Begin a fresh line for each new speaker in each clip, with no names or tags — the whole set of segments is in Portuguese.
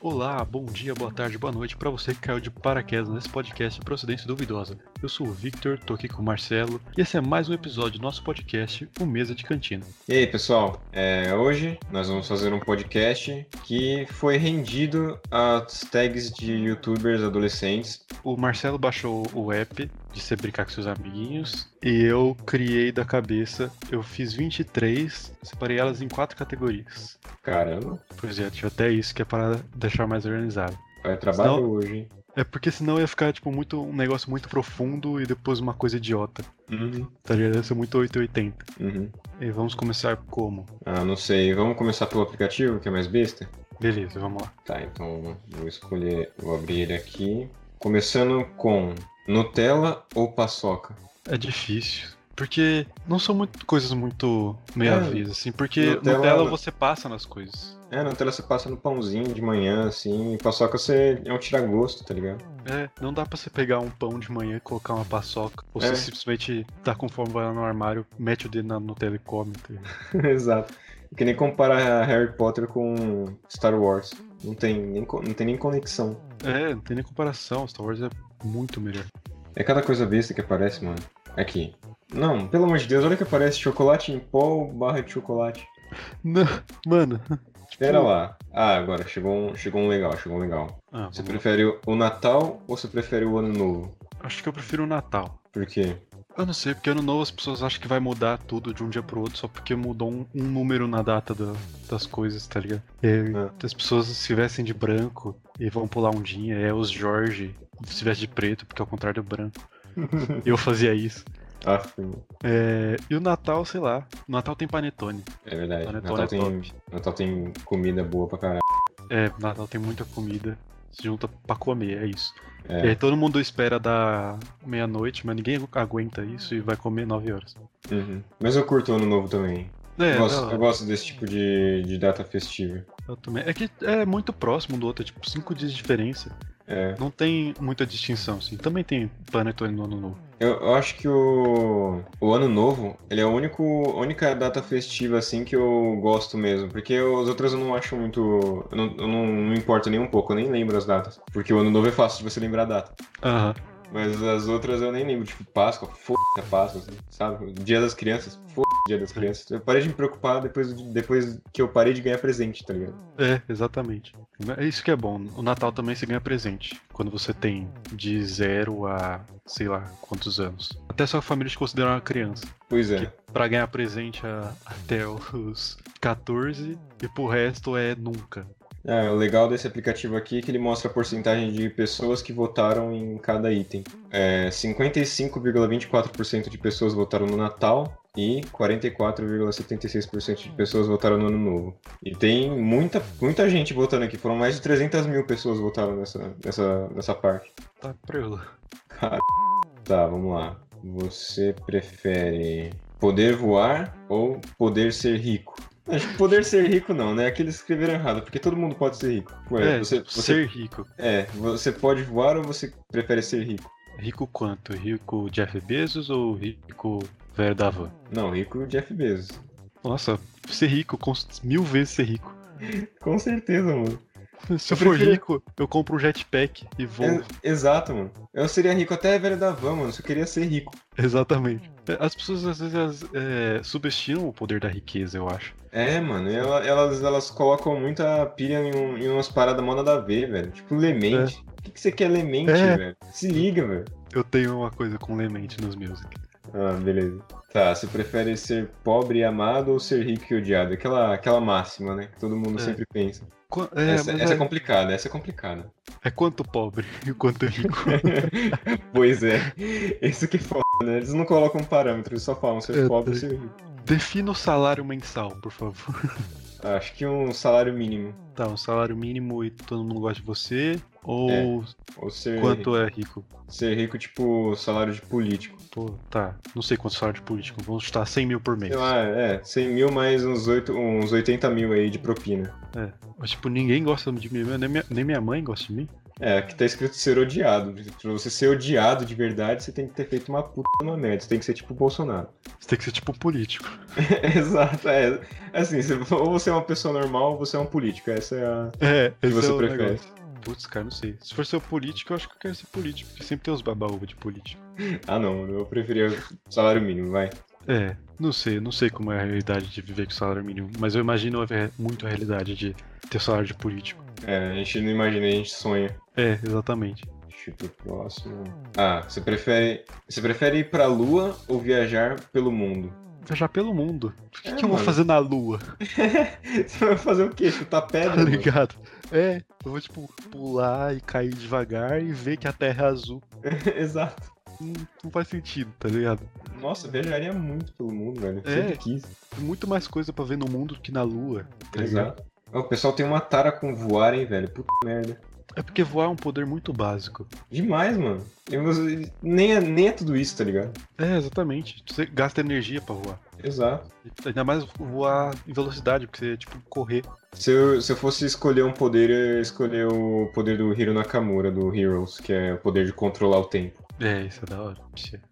Olá, bom dia, boa tarde, boa noite para você que caiu de paraquedas nesse podcast Procedência Duvidosa. Eu sou o Victor, tô aqui com o Marcelo e esse é mais um episódio do nosso podcast, o Mesa de Cantina.
E aí, pessoal, é, hoje nós vamos fazer um podcast que foi rendido às tags de youtubers adolescentes.
O Marcelo baixou o app de você brincar com seus amiguinhos. E eu criei da cabeça, eu fiz 23, separei elas em quatro categorias.
Caramba,
Pois é, tinha até isso que é para deixar mais organizado.
é trabalho
Senão-
hoje, hein?
É porque senão ia ficar, tipo, muito, um negócio muito profundo e depois uma coisa idiota.
Uhum.
Tá ligado? Ia ser muito 880.
Uhum.
E vamos começar como?
Ah, não sei. Vamos começar pelo aplicativo, que é mais besta?
Beleza, vamos lá.
Tá, então vou escolher, vou abrir ele aqui. Começando com Nutella ou paçoca?
É difícil. Porque não são muito, coisas muito meia
É,
vida, assim. Porque
Nutella-
Nutella, tela você passa nas coisas.
É, Nutella você passa no pãozinho de manhã, assim, e paçoca você é um tiragosto, tá ligado?
É, não dá pra você pegar um pão de manhã e colocar uma paçoca. Ou
É.
você simplesmente tá com fome, vai lá no armário, mete o dedo na Nutella e come. tá ligado?
Exato. É Que nem comparar Harry Potter com Star Wars. Não tem nem, co- não tem nem conexão.
É, não tem nem comparação. Star Wars é muito melhor.
É cada coisa besta que aparece, mano. Aqui. Não, pelo amor de Deus, olha o que aparece chocolate em pó ou barra de chocolate.
Não, mano. Tipo um-
Pera lá. Ah, agora, chegou um, chegou um legal, chegou um legal.
Ah, vamos
Você
lá.
prefere o Natal ou você prefere o Ano Novo?
Acho que eu prefiro o Natal.
Por quê?
Eu não sei, porque ano novo as pessoas acham que vai mudar tudo de um dia pro outro só porque mudou um, um número na data da- das coisas, tá ligado? E aí,
É.
as pessoas se vestem de branco e vão pular um dia, é os Jorge se veste de preto, porque é o contrário do branco. eu fazia isso.
Ah, filho,
É, e o Natal, sei lá, o Natal tem panetone.
é verdade.
Panetone
Natal
é
tem, Natal tem comida boa pra caralho.
É, Natal tem muita comida. Se junta pra comer, é isso.
É.
E aí todo mundo espera da meia-noite, mas ninguém aguenta isso e vai comer nove horas.
Uhum. Mas eu curto o Ano Novo também.
É,
eu, gosto,
não,
eu gosto desse tipo de, de data festiva.
eu também. É que é muito próximo um do outro, é tipo cinco dias de diferença.
É.
Não tem muita distinção, assim. Também tem panetone no ano novo.
Eu, eu acho que o, o Ano Novo, ele é a único, a única data festiva, assim, que eu gosto mesmo. Porque as outras eu não acho muito... Eu não, eu não, não me importo nem um pouco, eu nem lembro as datas. Porque o Ano Novo é fácil de você lembrar a data.
Aham.
Mas as outras eu nem lembro, tipo Páscoa, foda a Páscoa, assim, sabe? Dia das Crianças, foda o Dia das Crianças. Eu parei de me preocupar depois, depois que eu parei de ganhar presente, tá ligado?
É, exatamente. É isso que é bom. O Natal também você ganha presente. Quando você tem de zero a sei lá quantos anos. Até sua família te considera uma criança.
Pois é.
Pra ganhar presente a- até os 14 e pro resto é nunca.
É, o legal desse aplicativo aqui é que ele mostra a porcentagem de pessoas que votaram em cada item. É, 55,24% de pessoas votaram no Natal e 44,76%
Hum.
de pessoas votaram no Ano Novo. E tem muita, muita gente votando aqui, foram mais de 300 mil pessoas votaram nessa, nessa, nessa parte.
Tá prelo.
Tá, vamos lá. Você prefere poder voar ou poder ser rico? Acho que poder ser rico não, né? Aqui eles escreveram errado, porque todo mundo pode ser rico. Ué,
É,
você, você
ser rico.
É, você pode voar ou você prefere ser rico?
Rico quanto? Rico Jeff Bezos ou rico velho da van?
Não, rico é o Jeff Bezos.
Nossa, ser rico, cons- mil vezes ser rico.
Com certeza, mano.
Se eu
Eu
for
prefiro-
rico, eu compro um jetpack e vou.
É- exato, mano. Eu seria rico até velho da van, mano. Só queria ser rico.
Exatamente. É, As pessoas às vezes elas, é, subestimam o poder da riqueza, eu acho.
É, mano. ela- Elas, elas colocam muita pilha em, um- em umas paradas mó nada a ver, velho. Tipo, lemente. O que, que você quer lemente,
É.
velho? Se liga, velho.
Eu tenho uma coisa com lemente nos meus aqui.
Ah, beleza. Tá, você prefere ser pobre e amado ou ser rico e odiado? Aquela, aquela máxima, né? Que todo mundo
É.
sempre pensa.
Qua- É,
essa
mas
essa é...
é-
complicada, essa é complicada.
é quanto pobre e quanto rico.
Pois é, isso que é foda, né? Eles não colocam parâmetro, eles só falam se
É,
é pobre ou
tá.
se é rico.
Defina o salário mensal, por favor.
Ah, Acho que um salário mínimo.
Tá, um salário mínimo e todo mundo gosta de você. Ou
É, Ou ser,
quanto é rico?
ser rico, tipo, salário de político.
Pô, tá, não sei quanto salário de político, vamos chutar 100 mil por mês.
Sei lá, é, 100 mil mais uns, oito uns 80 mil aí de propina.
Mas, tipo, ninguém gosta de mim, nem minha, nem minha mãe gosta de mim.
É, aqui tá escrito ser odiado. Pra você ser odiado de verdade, você tem que ter feito uma puta de uma merda. Você tem que ser tipo o Bolsonaro.
Você tem que ser, tipo, político.
Exato, é. Assim, você- ou você é uma pessoa normal ou você é um político. Essa é a.
É,
que
esse
você
é o
prefere?
negócio. Putz, cara, não sei. Se for ser político, eu acho que eu quero ser político, porque sempre tem os babaúva de político.
Ah, não, eu preferia salário mínimo, vai.
É, não sei, não sei como é a realidade de viver com salário mínimo, mas eu imagino a ver- muito a realidade de ter salário de político.
É, a gente não imagina, a gente sonha.
É, exatamente.
Deixa eu ir pro próximo. Ah, você prefere. Você prefere ir pra lua ou viajar pelo mundo?
Viajar pelo mundo. O que,
É,
que eu vou
mano.
fazer na lua?
Você vai fazer o quê? Chutar pedra?
Tá
mano?
ligado? É, eu vou, tipo, pular e cair devagar e ver que a terra é azul.
Exato.
Não, não faz sentido, tá ligado?
Nossa, eu viajaria muito pelo mundo, velho.
É.
Sempre quis.
Tem muito mais coisa pra ver no mundo do que na lua. tá ligado?
Exato. Ó, O pessoal tem uma tara com voar, hein, velho? Puta merda.
É porque voar é um poder muito básico.
Demais, mano. Eu- eu- nem, é, nem é tudo isso, tá ligado?
É, exatamente. Você gasta energia pra voar.
Exato.
Ainda mais voar em velocidade, porque você, tipo, correr.
Se eu, se eu fosse escolher um poder, eu ia escolher o poder do Hiro Nakamura, do Heroes, que é o poder de controlar o tempo.
É, isso é da hora.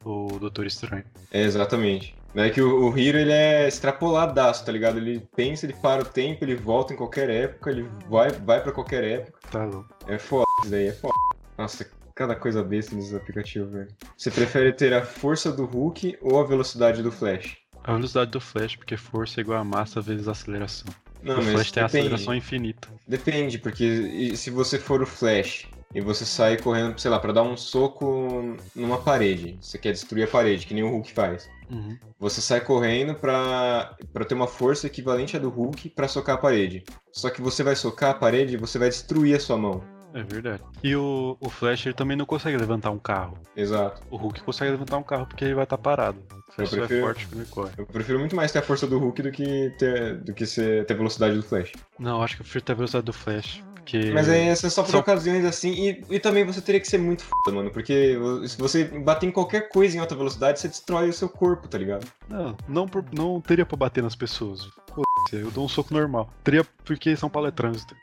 O Doutor Estranho.
É, exatamente. É que o, o Hiro ele é extrapoladaço, tá ligado? Ele pensa, ele para o tempo, ele volta em qualquer época, ele vai, vai pra qualquer época.
Tá louco.
É foda isso daí, é foda. Nossa, cada coisa besta nesses aplicativos, velho. Você prefere ter a força do Hulk ou a velocidade do Flash?
A velocidade do Flash, porque força é igual a massa vezes a aceleração.
Não,
o Flash tem a
depende.
aceleração infinita.
Depende, porque e se você for o Flash e você sair correndo, sei lá, pra dar um soco numa parede, você quer destruir a parede, que nem o Hulk faz.
Uhum.
Você sai correndo pra, pra ter uma força equivalente à do Hulk pra socar a parede. Só que você vai socar a parede e você vai destruir a sua mão.
É verdade. E o, o Flash, ele também não consegue levantar um carro.
Exato.
O Hulk consegue levantar um carro porque ele vai estar parado. O Flash só é
prefiro-
forte quando ele corre.
Eu prefiro muito mais ter a força do Hulk do que ter, do que ser, ter a velocidade do Flash.
Não, acho que eu prefiro ter a velocidade do Flash. Porque...
Mas aí essa é só por
Só-
ocasiões assim. E, e também você teria que ser muito foda, mano. Porque se você bater em qualquer coisa em alta velocidade, você destrói o seu corpo, tá ligado?
Não, não, por- não teria pra bater nas pessoas. Foda-se, Eu dou um soco normal. Teria porque São Paulo é trânsito,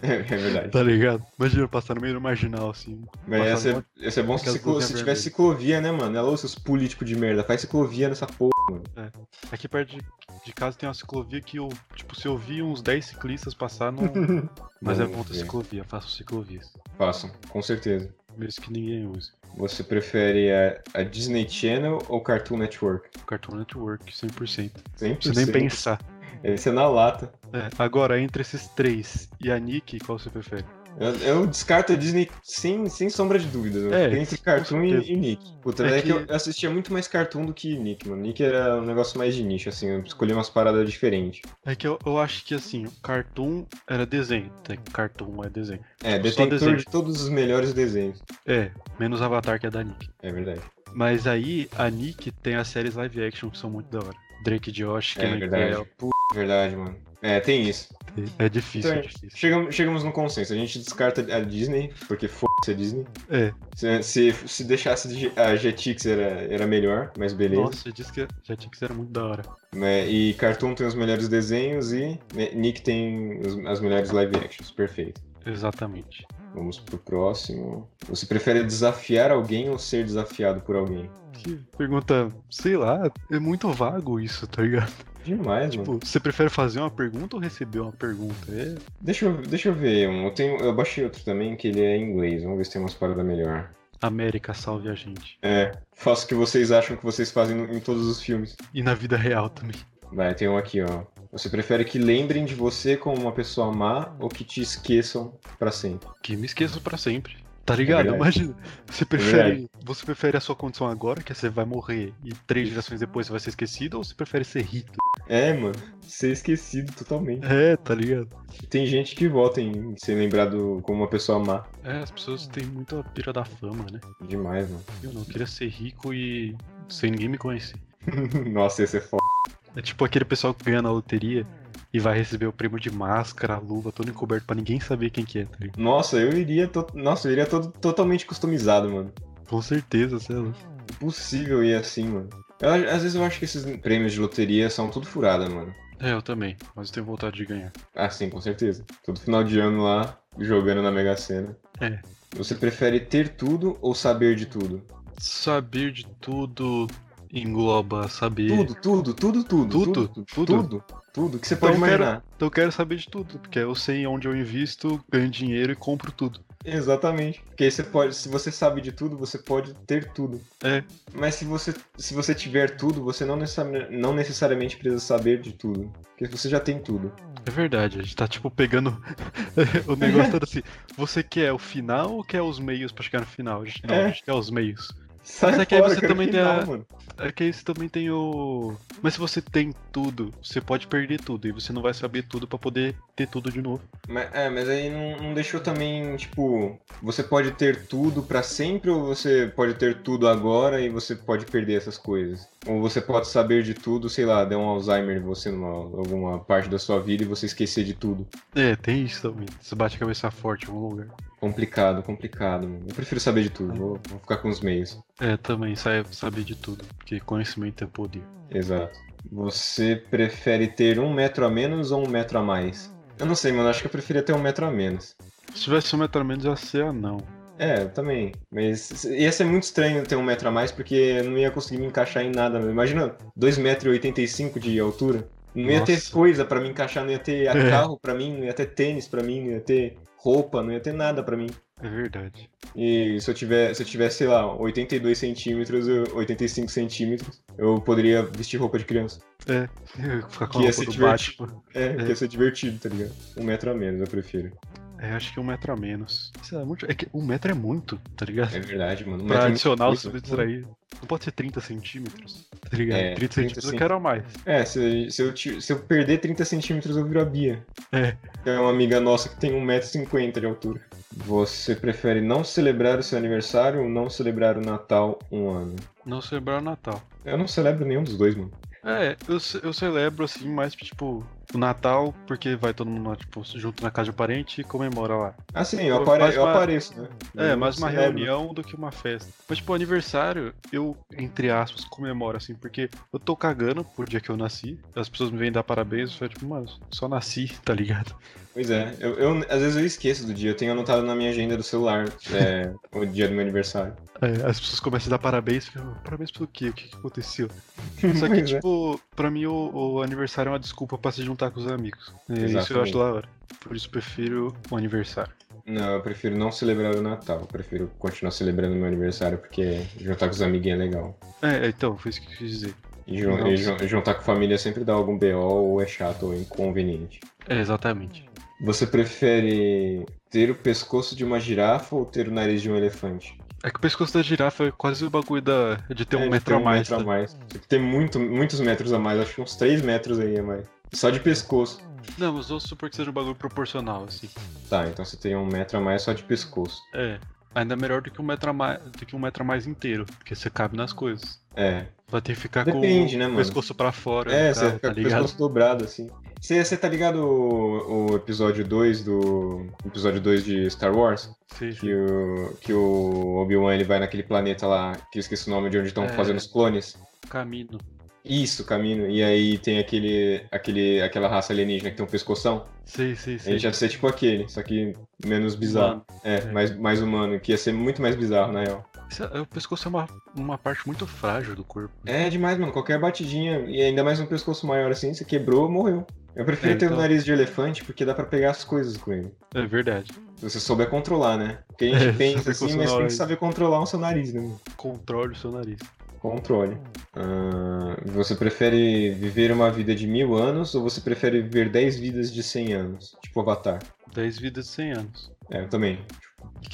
É, verdade.
tá ligado? Imagina eu passar no meio do marginal assim.
Mas ia
Passando
ser, ia ser bom se,
aquelas
ciclo-
luzinhas
se
vermelhas.
tivesse ciclovia, né, mano? Ela ou seus políticos de merda. Faz ciclovia nessa porra.
Aqui perto de, de casa tem uma ciclovia que eu, tipo, se eu vi uns 10 ciclistas passar, não. Mas é
Não,
bom ter
é.
ciclovia, faço ciclovias.
Façam, com certeza.
Mesmo que ninguém use.
Você prefere a, a Disney Channel ou Cartoon Network?
Cartoon Network, 100%. Você
100%.
nem pensar.
Deve ser é na lata.
É, agora, entre esses três e a Nick, qual você prefere?
Eu, eu descarto a Disney sem, sem sombra de dúvida.
É,
né? Fica entre
com
Cartoon e,
certeza.
e Nick. Puta,
É
é, que...
que-
eu assistia muito mais Cartoon do que Nick, mano. Nick era um negócio mais de nicho, assim. Eu escolhi umas paradas diferentes.
É que eu, eu acho que assim, Cartoon era desenho. tá? Cartoon é desenho.
É,
Tipo, só
detentor
desenho.
de todos os melhores desenhos.
É, menos Avatar que é da Nick.
É verdade.
Mas aí a Nick tem as séries live action que são muito da hora. Drake e Josh, que
É verdade. Puta, verdade, mano. É, tem isso.
É difícil, é
Então,
difícil.
Chegamos, chegamos num consenso. A gente descarta a Disney, porque foda-se a Disney.
É.
Se, se, se deixasse de- a Jetix era, era melhor, mas beleza.
Nossa, disse que já tinha que ser muito da hora.
Né, E Cartoon tem os melhores desenhos e né, Nick tem os- as melhores live actions. Perfeito.
Exatamente.
Vamos pro próximo. Você prefere desafiar alguém ou ser desafiado por alguém?
Que pergunta, sei lá, é muito vago isso, tá ligado?
Demais, mano.
Tipo, você prefere fazer uma pergunta ou receber uma pergunta? É,
Deixa eu, deixa eu ver um. Eu, tenho, eu baixei outro também que ele é em inglês. Vamos ver se tem umas paradas melhor.
América, salve a gente.
É. Faço o que vocês acham que vocês fazem no- em todos os filmes.
E na vida real também.
Vai, tem um aqui, ó. Você prefere que lembrem de você como uma pessoa má ou que te esqueçam pra sempre?
Que me esqueço pra sempre. Tá ligado?
verdade.
Imagina. Você prefere, você prefere a sua condição agora, que é você vai morrer e três gerações depois você vai ser esquecido, ou você prefere ser rico?
É, mano, ser esquecido totalmente.
É, tá ligado?
Tem gente que vota em ser lembrado como uma pessoa má.
É, as pessoas têm muita pira da fama, né?
Demais, mano.
Eu não eu queria ser rico e sem ninguém me conhecer.
Nossa, esse é foda.
É tipo aquele pessoal que ganha na loteria E vai receber o prêmio de máscara, luva, todo encoberto pra ninguém saber quem que é, tá ligado?
Nossa, eu iria. to- Nossa, eu iria todo totalmente customizado, mano.
Com certeza, é sei lá.
Impossível ir assim, mano. Eu- às vezes eu acho que esses prêmios de loteria são tudo furada, mano.
É, eu também, mas eu tenho vontade de ganhar.
Ah, sim, com certeza. Todo final de ano lá, jogando na Mega Sena.
É.
Você prefere ter tudo ou saber de tudo?
Saber de tudo engloba saber.
Tudo, tudo, tudo, tudo.
Tudo?
Tudo,
Tudo?
tudo, tudo que você pode
Então,
imaginar.
Então eu quero saber de tudo, porque eu sei onde eu invisto, ganho dinheiro e compro tudo.
Exatamente. Porque aí você pode, se você sabe de tudo, você pode ter tudo.
É.
Mas se você, se você tiver tudo, você não, necessari- não necessariamente precisa saber de tudo. Porque você já tem tudo.
É verdade, a gente tá tipo pegando o negócio todo assim. Você quer o final ou quer os meios pra chegar no final? A gente, não,
É.
a gente quer os meios.
Sai
Mas é que aí
fora,
você
eu quero
também tem
final,
a-
mano.
É que isso também tem o. Mas se você tem tudo, você pode perder tudo. E você não vai saber tudo pra poder ter tudo de novo.
Mas, é, mas aí não, não deixou também, tipo, você pode ter tudo pra sempre ou você pode ter tudo agora e você pode perder essas coisas? Ou você pode saber de tudo, sei lá, deu um Alzheimer em você numa alguma parte da sua vida e você esquecer de tudo.
É, tem isso também. Você bate a cabeça forte em algum lugar.
Complicado, complicado, mano. Eu prefiro saber de tudo, vou, vou ficar com os meios.
É, também sai saber de tudo. Porque conhecimento é poder.
Exato. Você prefere ter um metro a menos ou um metro a mais? Eu não sei, mano, acho que eu preferia ter um metro a menos.
Se tivesse um metro a menos, ia ser anão.
É, eu também. Mas ia ser muito estranho ter um metro a mais, porque eu não ia conseguir me encaixar em nada. né? Imagina, 2,85m de altura. Não ia ter
Nossa.
coisa pra me encaixar, não ia ter
É.
carro pra mim, não ia ter tênis pra mim, não ia ter roupa, não ia ter nada pra mim.
É verdade.
E se eu tiver, se eu tivesse, sei lá, 82 centímetros, eu- 85 centímetros, eu poderia vestir roupa de criança.
Ficar com
Que
a
ia
roupa
ser
do
divertido.
Batman.
É, que ia ser divertido, tá ligado? Um metro a menos, eu prefiro.
É, acho que um metro a menos. Isso é muito. É que um metro é muito, tá ligado?
É verdade, mano. Um metro
pra
é muito
adicionar o
difícil.
subtrair. Não pode ser 30 centímetros, tá ligado?
É,
30
30
centímetros eu quero a mais.
É, se, se eu, ti- se eu perder 30 centímetros, eu viro a Bia.
É.
Que é uma amiga nossa que tem 1,50m de altura. Você prefere não celebrar o seu aniversário ou não celebrar o Natal um ano?
Não celebrar o Natal.
Eu não celebro nenhum dos dois, mano.
É, eu, ce- eu celebro assim, mais tipo, o Natal, porque vai todo mundo lá, tipo, junto na casa de parente e comemora lá.
Ah, sim, eu,
Pô,
apare-
faz
eu
uma-
apareço, né?
É,
Eu
mais uma
celebro.
reunião do que uma festa. Mas, tipo, aniversário, eu, entre aspas, comemoro, assim, porque eu tô cagando por dia que eu nasci. As pessoas me vêm dar parabéns, eu falo, tipo, mano, só nasci, tá ligado?
Pois é, eu, eu- às vezes eu esqueço do dia. Eu tenho anotado na minha agenda do celular é, o dia do meu aniversário.
É, as pessoas começam a dar parabéns, ficam, parabéns pelo quê? O que, que aconteceu? Só que,
Pois é.
tipo, pra mim o, o aniversário é uma desculpa pra se juntar com os amigos. É, isso eu
Exatamente.
acho da hora. Por isso eu prefiro o aniversário.
Não, eu prefiro não celebrar o Natal. Eu prefiro continuar celebrando meu aniversário porque juntar com os amiguinhos é legal.
É, então, foi isso que eu quis dizer.
E, jun-
Nossa.
e jun- juntar com família sempre dá algum BO ou é chato ou inconveniente.
É, exatamente.
Você prefere ter o pescoço de uma girafa ou ter o nariz de um elefante?
É que o pescoço da girafa é quase o bagulho da, de ter
É,
um
de
metro a mais.
metro
né?
a mais. Tem que ter muito, muitos metros a mais, acho que uns 3 metros aí a mais. Só de pescoço.
Não, mas vamos supor que seja um bagulho proporcional, assim.
Tá, então você tem um metro a mais só de pescoço.
É. Ainda melhor do que um metro a mais, do que um metro a mais inteiro, porque você cabe nas coisas.
É.
Vai ter que ficar
Depende,
com
né,
o
mano?
pescoço pra fora,
É,
no
você
carro,
fica
tá
com o
ligado?
pescoço dobrado, assim. Você, você tá ligado o, o episódio 2 do. Episódio 2 de Star Wars?
Sim, sim.
que o, que o Obi-Wan ele vai naquele planeta lá, que eu esqueci o nome de onde estão
É.
fazendo os clones.
Camino.
Isso, caminho. E aí tem aquele, aquele, aquela raça alienígena que tem um pescoção.
Sim, sim,
A
sim.
gente ia ser tipo aquele, só que menos bizarro. É,
É.
Mais, mais humano, que ia ser muito mais bizarro, na real.
Isso é- O pescoço é uma, uma parte muito frágil do corpo.
É demais, mano. Qualquer batidinha, e ainda mais um pescoço maior assim, você quebrou, morreu. Eu prefiro
É,
ter
então-
o nariz de elefante, porque dá pra pegar as coisas com ele.
É verdade.
Se você souber controlar, né? Porque a gente
É,
pensa
saber
assim, mas
controlar
tem que
isso.
saber controlar o seu nariz, né, mano?
Controle o seu nariz.
Controle. Ah, você prefere viver uma vida de mil anos ou você prefere viver 10 vidas de 100 anos? Tipo Avatar.
10 vidas de 100 anos.
É, eu também.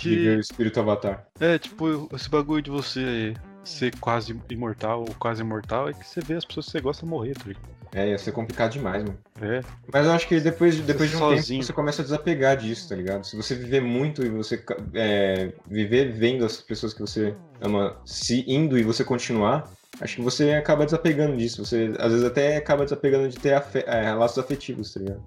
Viver
Que
o espírito Avatar.
é tipo esse bagulho de você ser quase imortal ou quase imortal é que você vê as pessoas que você gosta morrer, tá ligado?
É, ia ser complicado demais, mano.
É,
Mas eu acho que depois, depois de um
Sozinho.
tempo você começa a desapegar disso, tá ligado? Se você viver muito e você ca- é, viver vendo as pessoas que você ama se indo e você continuar, acho que você acaba desapegando disso. Você às vezes até acaba desapegando de ter afe- é, laços afetivos, tá ligado?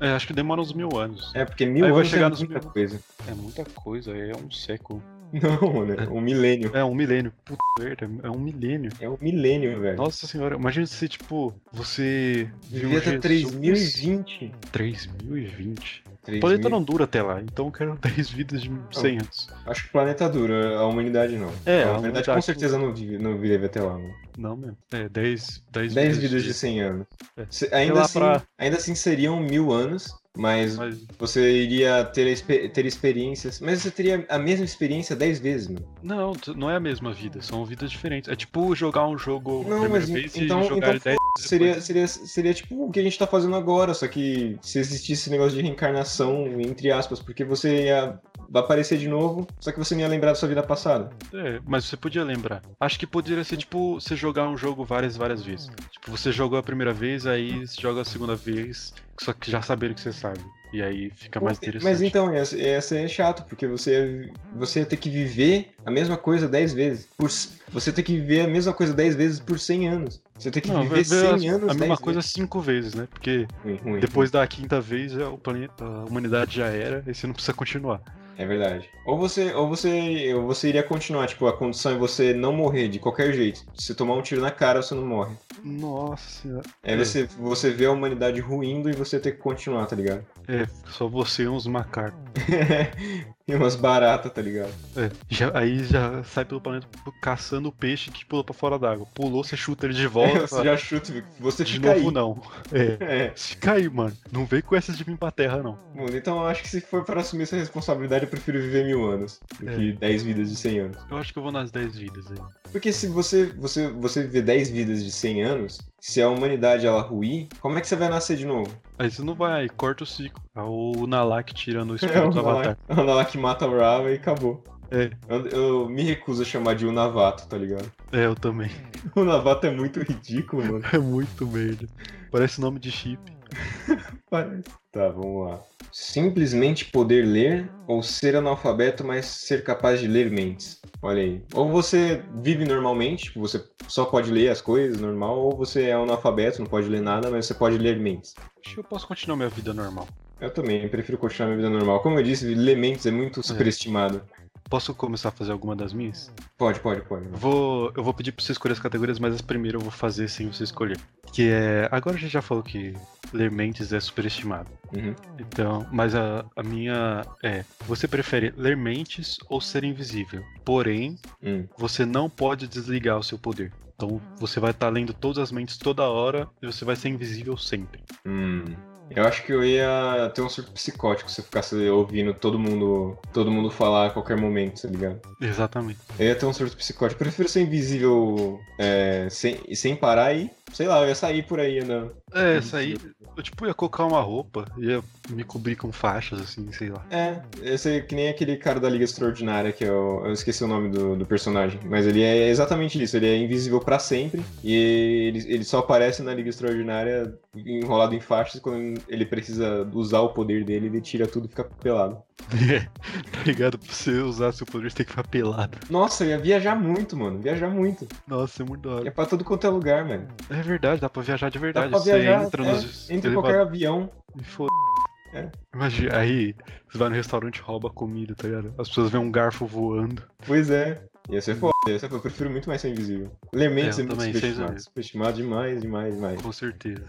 É. É, acho que demora uns mil anos.
É, porque mil
Aí vai
anos
chegar
é
nos
muita
mil.
coisa.
É muita coisa, é um século.
Não, mano, é um milênio.
É um milênio. Puta merda, é um milênio.
É um milênio, velho.
Nossa senhora, imagina se, tipo, você. viu
Devia estar
Jesus-
3020.
3020. O
3000.
planeta não dura até lá, então eu quero 10 vidas de
Ah.
100 anos.
Acho que o planeta dura, a humanidade não.
É,
a
a
humanidade
humanidade-
com certeza não vive, não vive até lá, mano.
Não mesmo. É, 10, 10,
10 vidas de 100 anos.
É.
Se-
Sei
ainda,
lá
assim,
pra-
ainda assim seriam mil anos, mas
Mas,
você iria ter, a expe- ter experiências. Mas você teria a mesma experiência 10 vezes, mano.
não, t- não é a mesma vida, são vidas diferentes. É tipo jogar um jogo a
Não,
primeira
mas en-
vez
então-
e jogar
então
10
Seria, seria, seria tipo o que a gente tá fazendo agora, só que se existisse esse negócio de reencarnação, entre aspas, porque você ia aparecer de novo, só que você não ia lembrar da sua vida passada.
É, mas você podia lembrar. Acho que poderia ser tipo você jogar um jogo várias, várias vezes. Tipo, você jogou a primeira vez, aí você joga a segunda vez, só que já sabendo que você sabe. E aí fica mais interessante.
Mas então, essa, essa é chato, porque você, você ia ter que viver a mesma coisa 10 vezes. Por, c- você ia ter que viver a mesma coisa 10 vezes por 100 anos. Você ia ter que
Não, vai ver
viver 100
a,
então, anos 10
a mesma
vezes.
coisa cinco vezes, né? Porque
Ruim, ruim.
depois da quinta vez já- o planeta, a humanidade já era e você não precisa continuar.
É verdade. Ou você, ou você, ou você iria continuar, tipo, a condição é você não morrer de qualquer jeito. Se você tomar um tiro na cara, você não morre.
Nossa, senhora.
Aí
É.
você, você vê a humanidade ruindo e você tem que continuar, tá ligado?
é só você e uns macacos.
e umas baratas, tá ligado?
É, já- aí já sai pelo planeta caçando o peixe que pulou pra fora d'água. Pulou, você chuta ele de volta.
você já chuta, você
É, De
fica
novo,
aí.
não. É.
É.
Se cair, mano, não vem com essas de vir pra terra, não.
Bom, então eu acho que se for para assumir essa responsabilidade, eu prefiro viver mil anos do
É.
que dez vidas de 100 anos.
Eu acho que eu vou nas 10 vidas aí.
Porque se você, você, você viver 10 vidas de 100 anos, se a humanidade ela ruir, como é que você vai nascer de novo?
Aí você não vai, corta o ciclo. É o Nalak tirando o
É
espírito
o
do Avatar.
Nanak que mata a Brava e acabou.
É.
Eu, eu me recuso a chamar de Unavato, tá ligado?
É, eu também.
O Navato é muito ridículo, mano.
É muito merda. Parece nome de chip.
Parece. Tá, vamos lá. Simplesmente poder ler ou ser analfabeto, mas ser capaz de ler mentes. Olha aí. Ou você vive normalmente, tipo, você só pode ler as coisas normal, ou você é analfabeto, não pode ler nada, mas você pode ler mentes.
Acho que eu posso continuar minha vida normal.
Eu também, eu prefiro continuar minha vida normal. Como eu disse, ler mentes é muito superestimado.
Posso começar a fazer alguma das minhas?
Pode, pode, pode.
Vou, eu vou pedir pra você escolher as categorias, mas as primeiras eu vou fazer sem você escolher. Que é. Agora a gente já falou que ler mentes é superestimado.
Uhum.
Então, mas a, a minha é: você prefere ler mentes ou ser invisível? Porém,
Hum.
você não pode desligar o seu poder. Então, você vai estar lendo todas as mentes toda hora e você vai ser invisível sempre.
Hum. Eu acho que eu ia ter um surto psicótico se eu ficasse ouvindo todo mundo, todo mundo falar a qualquer momento, tá ligado?
Exatamente.
Eu ia ter um surto psicótico. Eu prefiro ser invisível é, sem, sem parar e, sei lá, eu ia sair por aí andando.
É, essa aí. Eu, tipo, ia colocar uma roupa, ia me cobrir com faixas, assim, sei lá.
É, eu sei que nem aquele cara da Liga Extraordinária, que eu, eu esqueci o nome do, do personagem, mas ele é exatamente isso, ele é invisível pra sempre e ele, ele só aparece na Liga Extraordinária enrolado em faixas e quando ele precisa usar o poder dele, ele tira tudo e fica pelado.
tá ligado? Pra você usar seu poder, você tem que ficar pelado.
Nossa, eu ia viajar muito, mano, viajar muito.
Nossa, é muito da
É
hora.
pra todo quanto é lugar, mano.
É verdade, dá pra viajar de
Dá
verdade.
pra viajar,
você entra
é,
nos
entra em
elevadores.
qualquer avião.
E foda.
É.
Imagina, aí você vai no restaurante e rouba a comida, tá ligado? As pessoas veem um garfo voando.
Pois é. Ia ser foda, ia ser foda. Eu prefiro muito mais ser invisível. Elementos
É,
é,
eu
muito
também,
superestimado.
seis
Superestimado demais, demais, demais.
Com certeza.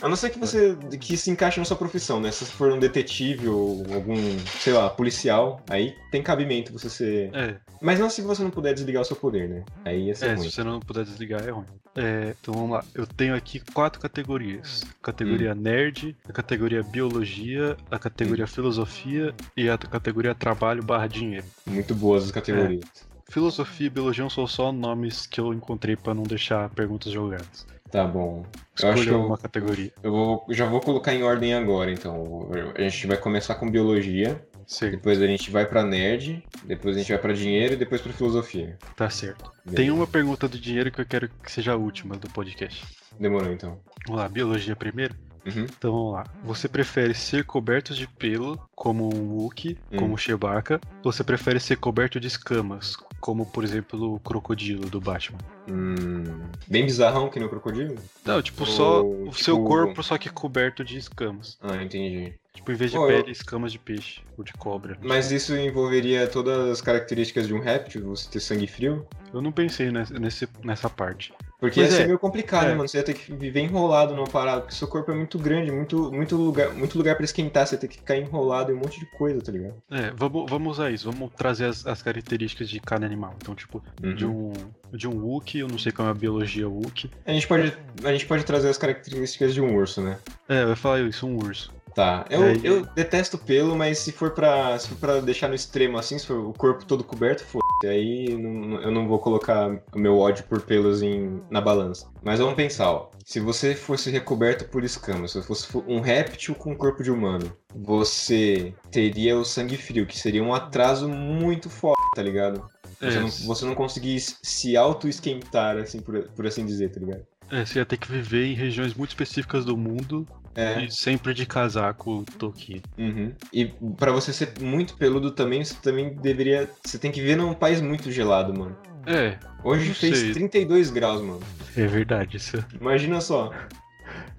A não ser que você que se encaixe na sua profissão, né? Se você for um detetive ou algum, sei lá, policial, aí tem cabimento você ser.
É,
Mas não se você não puder desligar o seu poder, né? Aí ia ser
é se
ruim.
você não puder desligar, é ruim. É, então vamos lá. Eu tenho aqui quatro categorias:
Hum.
categoria nerd, a categoria biologia, a categoria
Hum.
filosofia e a categoria trabalho barra dinheiro.
Muito boas as categorias.
É. Filosofia e biologia não são só nomes que eu encontrei pra não deixar perguntas jogadas.
Tá bom. Eu acho que
Escolha
eu-
uma categoria.
Eu vou, já vou colocar em ordem agora, então. A gente vai começar com biologia,
Certo,
depois a gente vai pra nerd, depois a gente vai pra dinheiro e depois pra filosofia.
tá certo. Tem uma pergunta do dinheiro que eu quero que seja a última do podcast.
Demorou então.
Vamos lá, biologia primeiro?
Uhum.
Então vamos lá. Você prefere ser coberto de pelo, como um Wookie,
Hum.
como Chewbacca? Ou você prefere ser coberto de escamas, como por exemplo o crocodilo do Batman.
Hum, bem bizarrão que no crocodilo?
Não, tipo, só
Ou,
o seu
tipo-
corpo, só que coberto de escamas.
Ah, entendi.
Tipo, em vez de
Pô, eu-
pele, escamas de peixe ou de cobra.
Mas isso envolveria todas as características de um réptil, você ter sangue frio?
Eu não pensei nessa, nesse- nessa parte.
Porque
Pois
ia ser
é.
meio complicado,
É.
né, mano? Você ia ter que viver enrolado numa parada, porque seu corpo é muito grande, muito, muito lugar, muito lugar pra esquentar, você ia ter que ficar enrolado em um monte de coisa, tá ligado?
É, vamos, vamos usar isso, vamos trazer as, as características de cada animal. Então, tipo, de um de um Wookie, eu não sei como é a biologia Wookie.
A, gente pode, a gente pode trazer as características de um urso, né?
É, eu ia falar isso, um urso.
Tá. Eu,
É, e-
eu detesto pelo, mas se for pra, se for pra deixar no extremo assim, se for o corpo todo coberto, foda Aí não- eu não vou colocar o meu ódio por pelos em, na balança. Mas vamos pensar, ó. Se você fosse recoberto por escamas, se você fosse um réptil com corpo de humano, você teria o sangue frio, que seria um atraso muito foda, tá ligado?
É,
Você, não, você não conseguir se auto-esquentar, assim, por, por assim dizer, tá ligado?
é, você ia ter que viver em regiões muito específicas do mundo
É.
e sempre de casaco toquinho.
Uhum. E pra você ser muito peludo também, você também deveria. Você tem que viver num país muito gelado, mano.
É,
Hoje
Não
fez
sei.
32 graus, mano.
é verdade, isso,
Imagina só.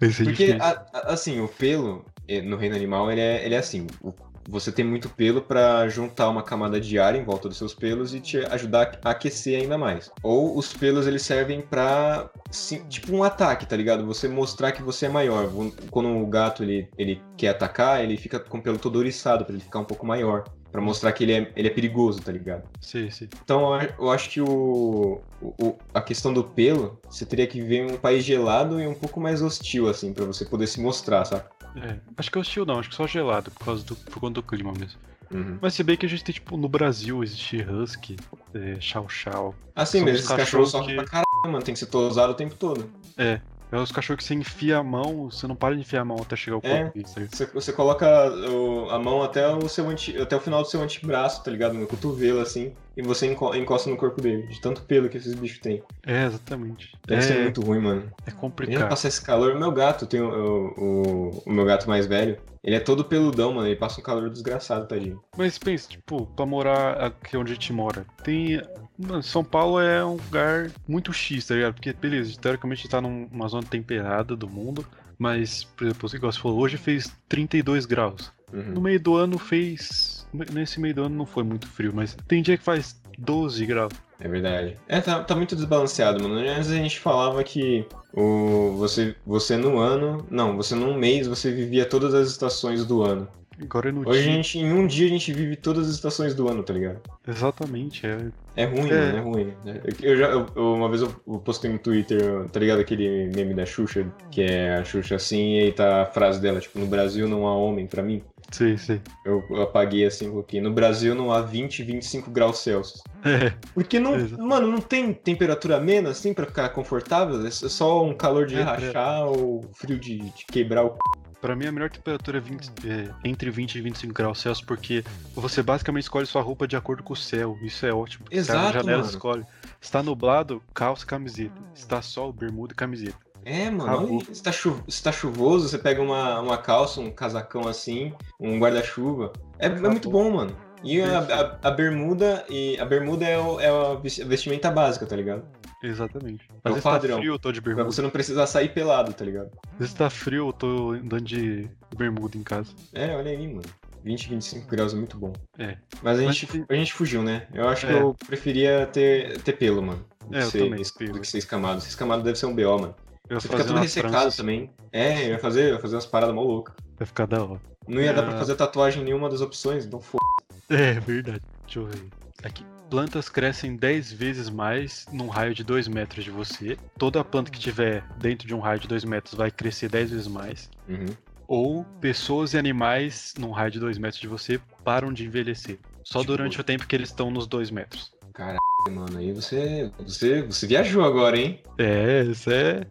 isso é
Porque,
difícil.
a- a- assim, o pelo eh, no reino animal, ele é, ele é assim. o- Você tem muito pelo pra juntar uma camada de ar em volta dos seus pelos e te ajudar a aquecer ainda mais. Ou os pelos eles servem pra. sim, tipo um ataque, tá ligado? Você mostrar que você é maior. Vo- Quando o gato ele, ele quer atacar, ele fica com o pelo todo oriçado pra ele ficar um pouco maior. Pra mostrar que ele é, ele é perigoso, tá ligado?
Sim, sim.
Então eu a- eu acho que o, o- o- a questão do pelo, você teria que viver em um país gelado e um pouco mais hostil, assim, pra você poder se mostrar, saca?
É, acho que hostil não, acho que só gelado, por causa do, por conta do clima mesmo.
Uhum.
Mas se bem que a gente tem, tipo, no Brasil existe husky, é, chow chow.
Assim,
São
mas
os
esses
cachorros
cachorros sofrem
que-
pra caralho, mano. Tem que ser tosado o tempo todo.
É os cachorros que você enfia a mão, você não para de enfiar a mão até chegar ao
É.
corpo. deles, tá ligado?
Você, você coloca o- a mão até o, seu anti- até o final do seu antebraço, tá ligado? No cotovelo, assim, e você enco- encosta no corpo dele, de tanto pelo que esses bichos têm.
É, exatamente.
Deve ser
É,
muito ruim, mano.
é
Imagina
complicado.
passar esse calor. Meu gato, tem o, o, o meu gato mais velho, ele é todo peludão, mano. Ele passa um calor desgraçado, tadinho.
Mas pensa, tipo, pra morar aqui onde a gente mora, tem. Mano, São Paulo é um lugar muito X, tá ligado? Porque, beleza, teoricamente a gente tá num- numa zona temperada do mundo, mas, por exemplo, igual você falou, hoje fez 32 graus.
Uhum.
No meio do ano fez. Nesse meio do ano não foi muito frio, mas tem dia que faz 12 graus.
É verdade. É, tá, tá muito desbalanceado, mano. Antes a gente falava que o, você, você no ano. Não, você num mês você vivia todas as estações do ano.
Agora é no
Hoje a
dia.
gente, em um dia a gente vive todas as estações do ano, tá ligado?
Exatamente, é.
É ruim,
É.
mano, é ruim. Eu- Eu já, eu- eu- uma vez eu eu postei no Twitter, tá ligado? Aquele meme da Xuxa, que é a Xuxa assim, e aí tá a frase dela, tipo, no Brasil não há homem pra mim.
Sei, sei.
Eu eu apaguei assim, coloquei, no Brasil não há 20, 25 graus Celsius.
É,
Porque não,
Exato.
mano, não tem temperatura amena assim pra ficar confortável, é só um calor de
É, Tá
rachar ou frio de, de quebrar o c...
pra mim a melhor temperatura é, 20 é entre 20 e 25 graus Celsius, porque você basicamente escolhe sua roupa de acordo com o céu. Isso é ótimo. Você abre a
Exato,
janela,
mano.
escolhe. Está nublado, calça e camiseta. Está sol, bermuda e camiseta.
É, mano,
Acabou.
olha aí, se tá, chu... se tá chuvoso, você pega uma, uma calça, um casacão assim, um guarda-chuva. É, é
Acabou.
muito bom, mano. E a, a- a bermuda, e a bermuda é, o- é a ves- vestimenta básica, tá ligado?
Exatamente. Às
É o
vezes tá
padrão.
frio, eu tô de
Pra
bermuda.
você não precisar sair pelado, tá ligado?
Às vezes tá frio, eu tô andando de bermuda em casa.
É, olha aí, mano. 20, 25 graus é muito bom.
É.
Mas a
Mas
gente,
tem-
a gente fugiu, né? Eu acho que
É.
eu preferia ter, ter pelo, mano. do
É,
que
eu
ser-
também,
Do
pelo.
que ser escamado. Ser escamado deve ser um BO, mano.
Eu ia
Você fica
fazer
tudo
umas
ressecado
tranças,
também. É, eu ia fazer, eu ia fazer umas paradas mó loucas.
Vai ficar da hora.
Não ia dar pra
É.
fazer tatuagem em nenhuma das opções, então foda.
É verdade. Deixa eu ver. Aqui. Plantas crescem 10 vezes mais num raio de 2 metros de você. Toda planta que tiver dentro de um raio de 2 metros vai crescer 10 vezes mais.
Uhum.
Ou pessoas e animais num raio de 2 metros de você param de envelhecer. Só
Tipo-
durante o tempo que eles estão nos 2 metros.
Caralho, mano, aí você, você. Você viajou agora, hein?
É, isso é.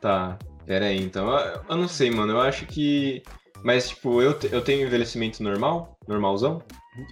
Tá, pera aí, então. Eu, eu não sei, mano. Eu acho que. Mas, tipo, eu, te- eu tenho envelhecimento normal? Normalzão?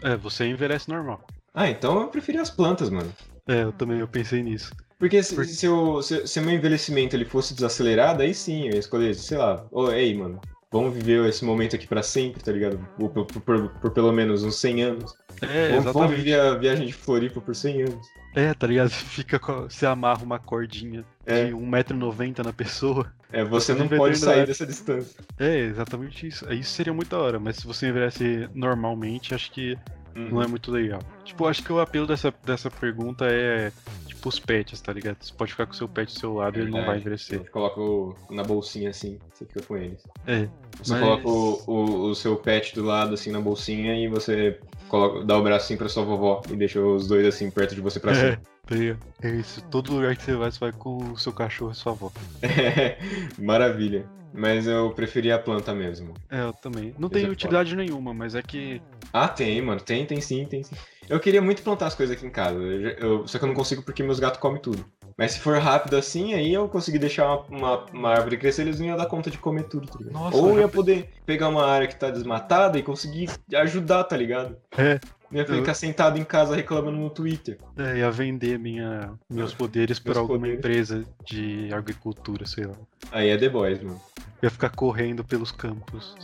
É, você envelhece normal.
Ah, então eu prefiro as plantas, mano.
É, eu também eu pensei nisso.
Porque se,
Por-
se, eu, se, se meu envelhecimento ele fosse desacelerado, aí sim, eu ia escolher, sei lá, ô, ei, mano, vamos viver esse momento aqui pra sempre, tá ligado? Ou Por, por- por- por pelo menos uns 100 anos.
É,
vamos, vamos
exatamente.
viver a viagem de Floripa por 100 anos.
É, tá ligado? Fica com, você amarra uma cordinha
É.
de 1,90m na pessoa.
É,
Você
você não
não
pode
vendendo
sair
nada.
dessa distância.
É, exatamente isso. Isso seria muito da hora, mas se você envelhece normalmente, acho que não é muito legal. Tipo, acho que o apelo dessa, dessa pergunta é, tipo, os pets, tá ligado? Você pode ficar com o seu pet do seu lado e ele não vai
Verdade.
envelhecer.
Você coloca o- na bolsinha assim, você fica com eles.
É,
Você
Mas-
coloca o, o- o seu pet do lado, assim, na bolsinha e você coloca, dá o braço assim pra sua vovó e deixa os dois, assim, perto de você pra
é,
sempre.
tá ligado? É isso. Todo lugar que você vai, você vai com o seu cachorro e sua avó.
Maravilha. Mas eu preferia a planta mesmo.
É, eu também. Não
Esse é
tem
foda.
utilidade nenhuma, mas é que.
Ah, tem, mano. Tem, tem sim, tem sim. Eu queria muito plantar as coisas aqui em casa. eu já- eu- só que eu não consigo porque meus gatos comem tudo. Mas se for rápido assim, aí eu consegui deixar uma, uma- uma árvore crescer, eles não iam dar conta de comer tudo, tá ligado?
Nossa,
Ou
eu
eu
já
ia poder pegar uma área que tá desmatada e conseguir ajudar, tá ligado?
É.
Não ia ficar sentado em casa reclamando no Twitter.
É, ia vender minha, meus poderes
Meus
pra alguma
poderes.
empresa de agricultura, sei lá.
Aí é The Boys, mano.
Ia ficar correndo pelos campos.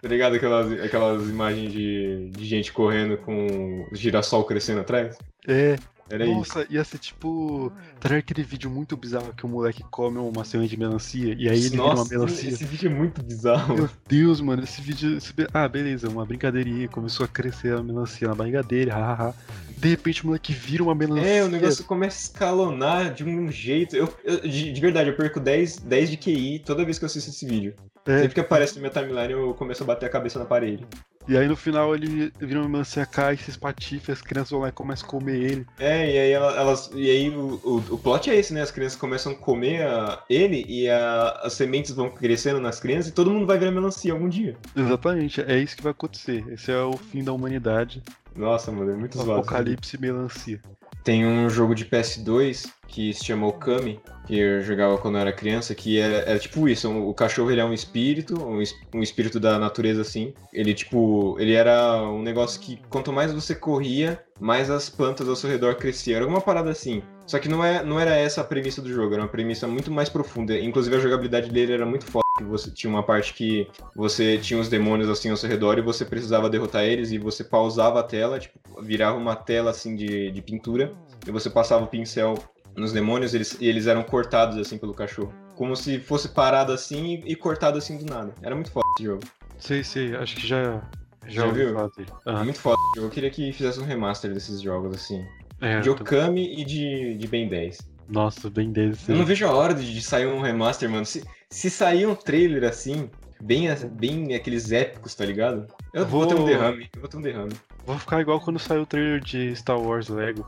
Tá ligado aquelas, aquelas imagens de, de gente correndo com o girassol crescendo atrás?
É,
Era isso.
nossa, ia ser tipo. Tá ligado aquele vídeo muito bizarro que o moleque come uma semente de melancia e aí ele vira uma
Nossa,
melancia?
esse vídeo é muito bizarro.
Meu Deus, mano, esse vídeo. esse be- Ah, beleza, uma brincadeirinha. Começou a crescer a melancia na barriga dele, hahaha. De repente o moleque vira uma melancia.
É, o negócio começa a escalonar de um jeito. Eu, eu- de, de verdade, eu perco 10, 10 de QI toda vez que eu assisto esse vídeo.
É,
Sempre que aparece na minha timeline, eu começo a bater a cabeça na parede.
e aí no final ele vira uma melancia, cai, se espatifa, as crianças vão lá e começam a comer ele.
É, e aí ela- elas. E aí o, o, o plot é esse, né? As crianças começam a comer a- ele e a- as sementes vão crescendo nas crianças e todo mundo vai virar melancia algum dia.
Exatamente, é isso que vai acontecer. Esse é o fim da humanidade.
Nossa, mano, é muito zoado.
Um Apocalipse melancia.
Tem um jogo de PS2 que se chama Okami, que eu jogava quando eu era criança, que é, é tipo isso, um- o cachorro ele é um espírito, um, es- um espírito da natureza assim. Ele tipo, ele era um negócio que quanto mais você corria, mais as plantas ao seu redor cresciam, era alguma parada assim. Só que não, é, não era essa a premissa do jogo, era uma premissa muito mais profunda. Inclusive a jogabilidade dele era muito foda. que Você tinha uma parte que você tinha os demônios assim ao seu redor e você precisava derrotar eles e você pausava a tela, tipo, virava uma tela assim de, de pintura e você passava o pincel nos demônios eles, e eles eram cortados assim pelo cachorro. Como se fosse parado assim e, e cortado assim do nada. Era muito foda esse jogo.
Sei, sei, acho que já.
Já
Já ouvi
viu?
falar dele.
Era
Ah,
muito foda esse jogo. Eu queria que fizesse um remaster desses jogos assim.
é,
De Okami e de, de Ben 10.
Nossa, bem desse.
Eu não vejo a hora de, de sair um remaster, mano. Se, se sair um trailer assim, bem, a- bem aqueles épicos, tá ligado? Eu vou,
Vou-
ter um derrame. Eu vou ter um derrame.
Vou ficar igual quando saiu o trailer de Star Wars Lego.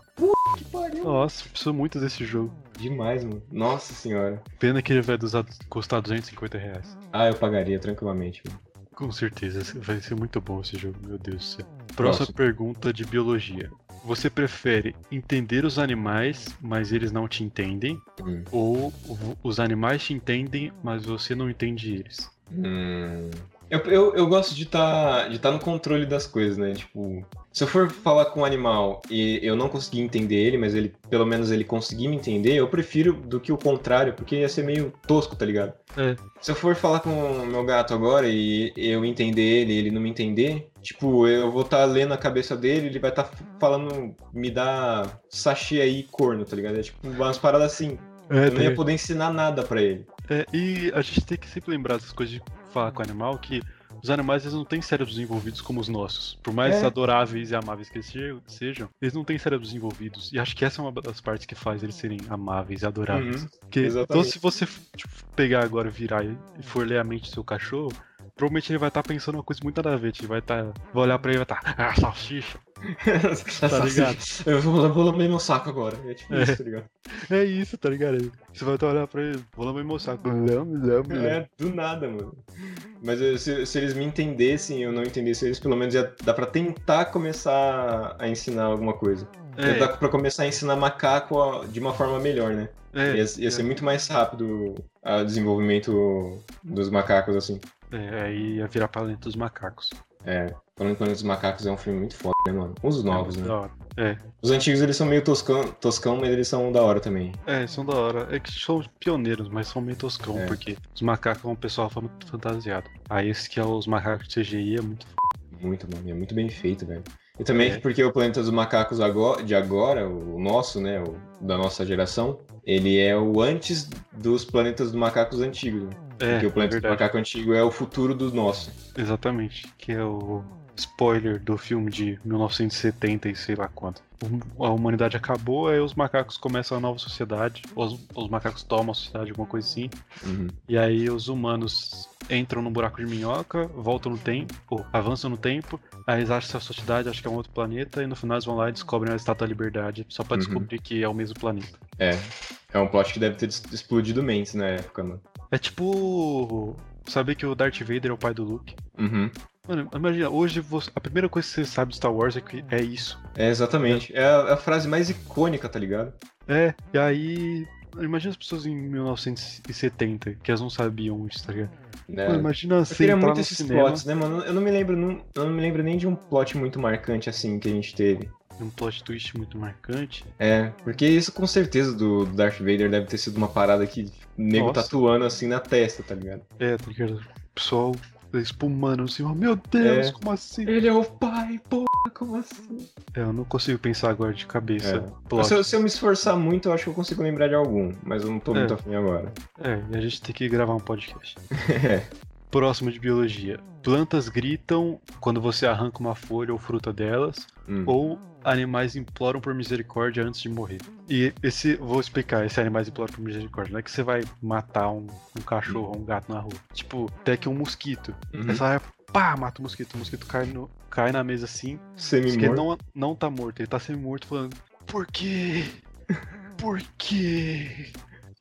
Que pariu.
Nossa, preciso muito desse jogo.
Demais, mano. Nossa senhora.
Pena que ele vai usar- custar 250 reais.
Ah, eu pagaria tranquilamente. mano.
Com certeza, vai ser muito bom esse jogo, meu Deus do céu. Próxima
Próximo.
pergunta de biologia. Você prefere entender os animais, mas eles não te entendem?
Hum.
Ou vo- os animais te entendem, mas você não entende eles?
Hum. Eu, eu, eu gosto de estar de tá no controle das coisas, né? Tipo, se eu for falar com um animal e eu não conseguir entender ele, mas ele pelo menos ele conseguir me entender, eu prefiro do que o contrário, porque ia ser meio tosco, tá ligado?
É.
Se eu for falar com o meu gato agora e eu entender ele e ele não me entender, tipo, eu vou estar lendo a cabeça dele, ele vai estar falando, me dá sachê aí, corno, tá ligado? É tipo umas paradas assim.
É,
Eu não ia poder ensinar nada pra ele.
É, e a gente tem que sempre lembrar dessas coisas de falar com o animal, que os animais eles não têm cérebros desenvolvidos como os nossos. Por mais
É.
adoráveis e amáveis que eles se- sejam, eles não têm cérebros desenvolvidos. E acho que essa é uma das partes que faz eles serem amáveis e adoráveis.
Uhum,
Porque- então
exatamente.
se você tipo, pegar agora, virar e e for ler a mente do seu cachorro, provavelmente ele vai estar pensando uma coisa muito nada a ver. Ele vai estar. Vai olhar pra ele e vai estar. Ah, salsicha!
tá
ligado?
Eu vou, eu vou lamber meu saco agora. É tipo
É.
isso, tá ligado?
É isso, tá ligado? Você vai estar olhando pra ele, vou lá me mostrar. Lame, lame, lame.
É, do nada, mano. Mas eu- se, se eles me entendessem e eu não entendesse eles, pelo menos ia, dá pra tentar começar a ensinar alguma coisa.
É,
Dá pra começar a ensinar macaco a- de uma forma melhor, né?
é,
ia ia ser muito mais rápido ah, o desenvolvimento dos macacos, assim.
é, aí ia virar pra dentro dos macacos.
É, falando em Planeta dos Macacos é um filme muito foda, né, mano? Os novos, né?
Da hora. É.
Os antigos eles são meio toscão, toscão, mas eles são da hora também.
É, são da hora. É que são pioneiros, mas são meio toscão,
É.
porque os macacos são um pessoal fam- fantasiado. Aí esse que é os macacos de CGI é muito f-
Muito bom, é muito bem feito, velho. E também
É.
porque o Planeta dos Macacos ago- de agora, o nosso, né, o da nossa geração, ele é o antes dos Planetas dos Macacos antigos. né?
É,
porque o Planeta do
verdade.
Macaco antigo é o futuro do nosso.
Exatamente. Que é o spoiler do filme de 1970 e sei lá quanto. Hum, A humanidade acabou, aí os macacos começam a nova sociedade. Os, os macacos tomam a sociedade, alguma coisa assim.
Uhum.
E aí os humanos entram no buraco de minhoca, voltam no tempo, ou avançam no tempo, aí eles acham essa sociedade, acham que é um outro planeta, e no final eles vão lá e descobrem a Estátua da Liberdade, só pra
Uhum.
descobrir que é o mesmo planeta.
É. É um plot que deve ter des- explodido mentes na época, mano.
É tipo. Saber que o Darth Vader é o pai do Luke.
Uhum.
Mano, imagina, hoje você- a primeira coisa que você sabe de Star Wars é que é isso.
É, exatamente. É a, a frase mais icônica, tá ligado?
É, e aí. Imagina as pessoas em 1970, que elas não sabiam isso, tá ligado?
Né?
Mano, imagina
Eu
assim,
queria
entrar
muito
no
esses
cinema,
plots, né, mano? Eu não me lembro, não, eu não me lembro nem de um plot muito marcante assim que a gente teve.
um plot twist muito marcante.
É, porque isso com certeza do do Darth Vader deve ter sido uma parada que o nego
Nossa.
tatuando assim na testa, tá ligado?
É, tá ligado? O pessoal espumando assim, oh, meu Deus,
É.
como assim?
Ele é o pai, porra, como assim?
É, eu não consigo pensar agora de cabeça.
É.
Plot.
Se, eu, se eu me esforçar muito, eu acho que eu consigo lembrar de algum, mas eu não tô muito
É.
afim agora.
É, e a gente tem que gravar um podcast.
É.
Próximo de biologia. Plantas gritam quando você arranca uma folha ou fruta delas,
Hum.
ou animais imploram por misericórdia antes de morrer. E esse, vou explicar, esse animais imploram por misericórdia. Não é que você vai matar um, um cachorro ou um gato na rua. Tipo, até que um mosquito.
Uhum.
Aí Você vai, pá, mata o mosquito. O mosquito cai, no, cai na mesa assim, Diz que ele
Semi-morto.
não, não tá morto, ele tá semi-morto falando Por quê? Por quê?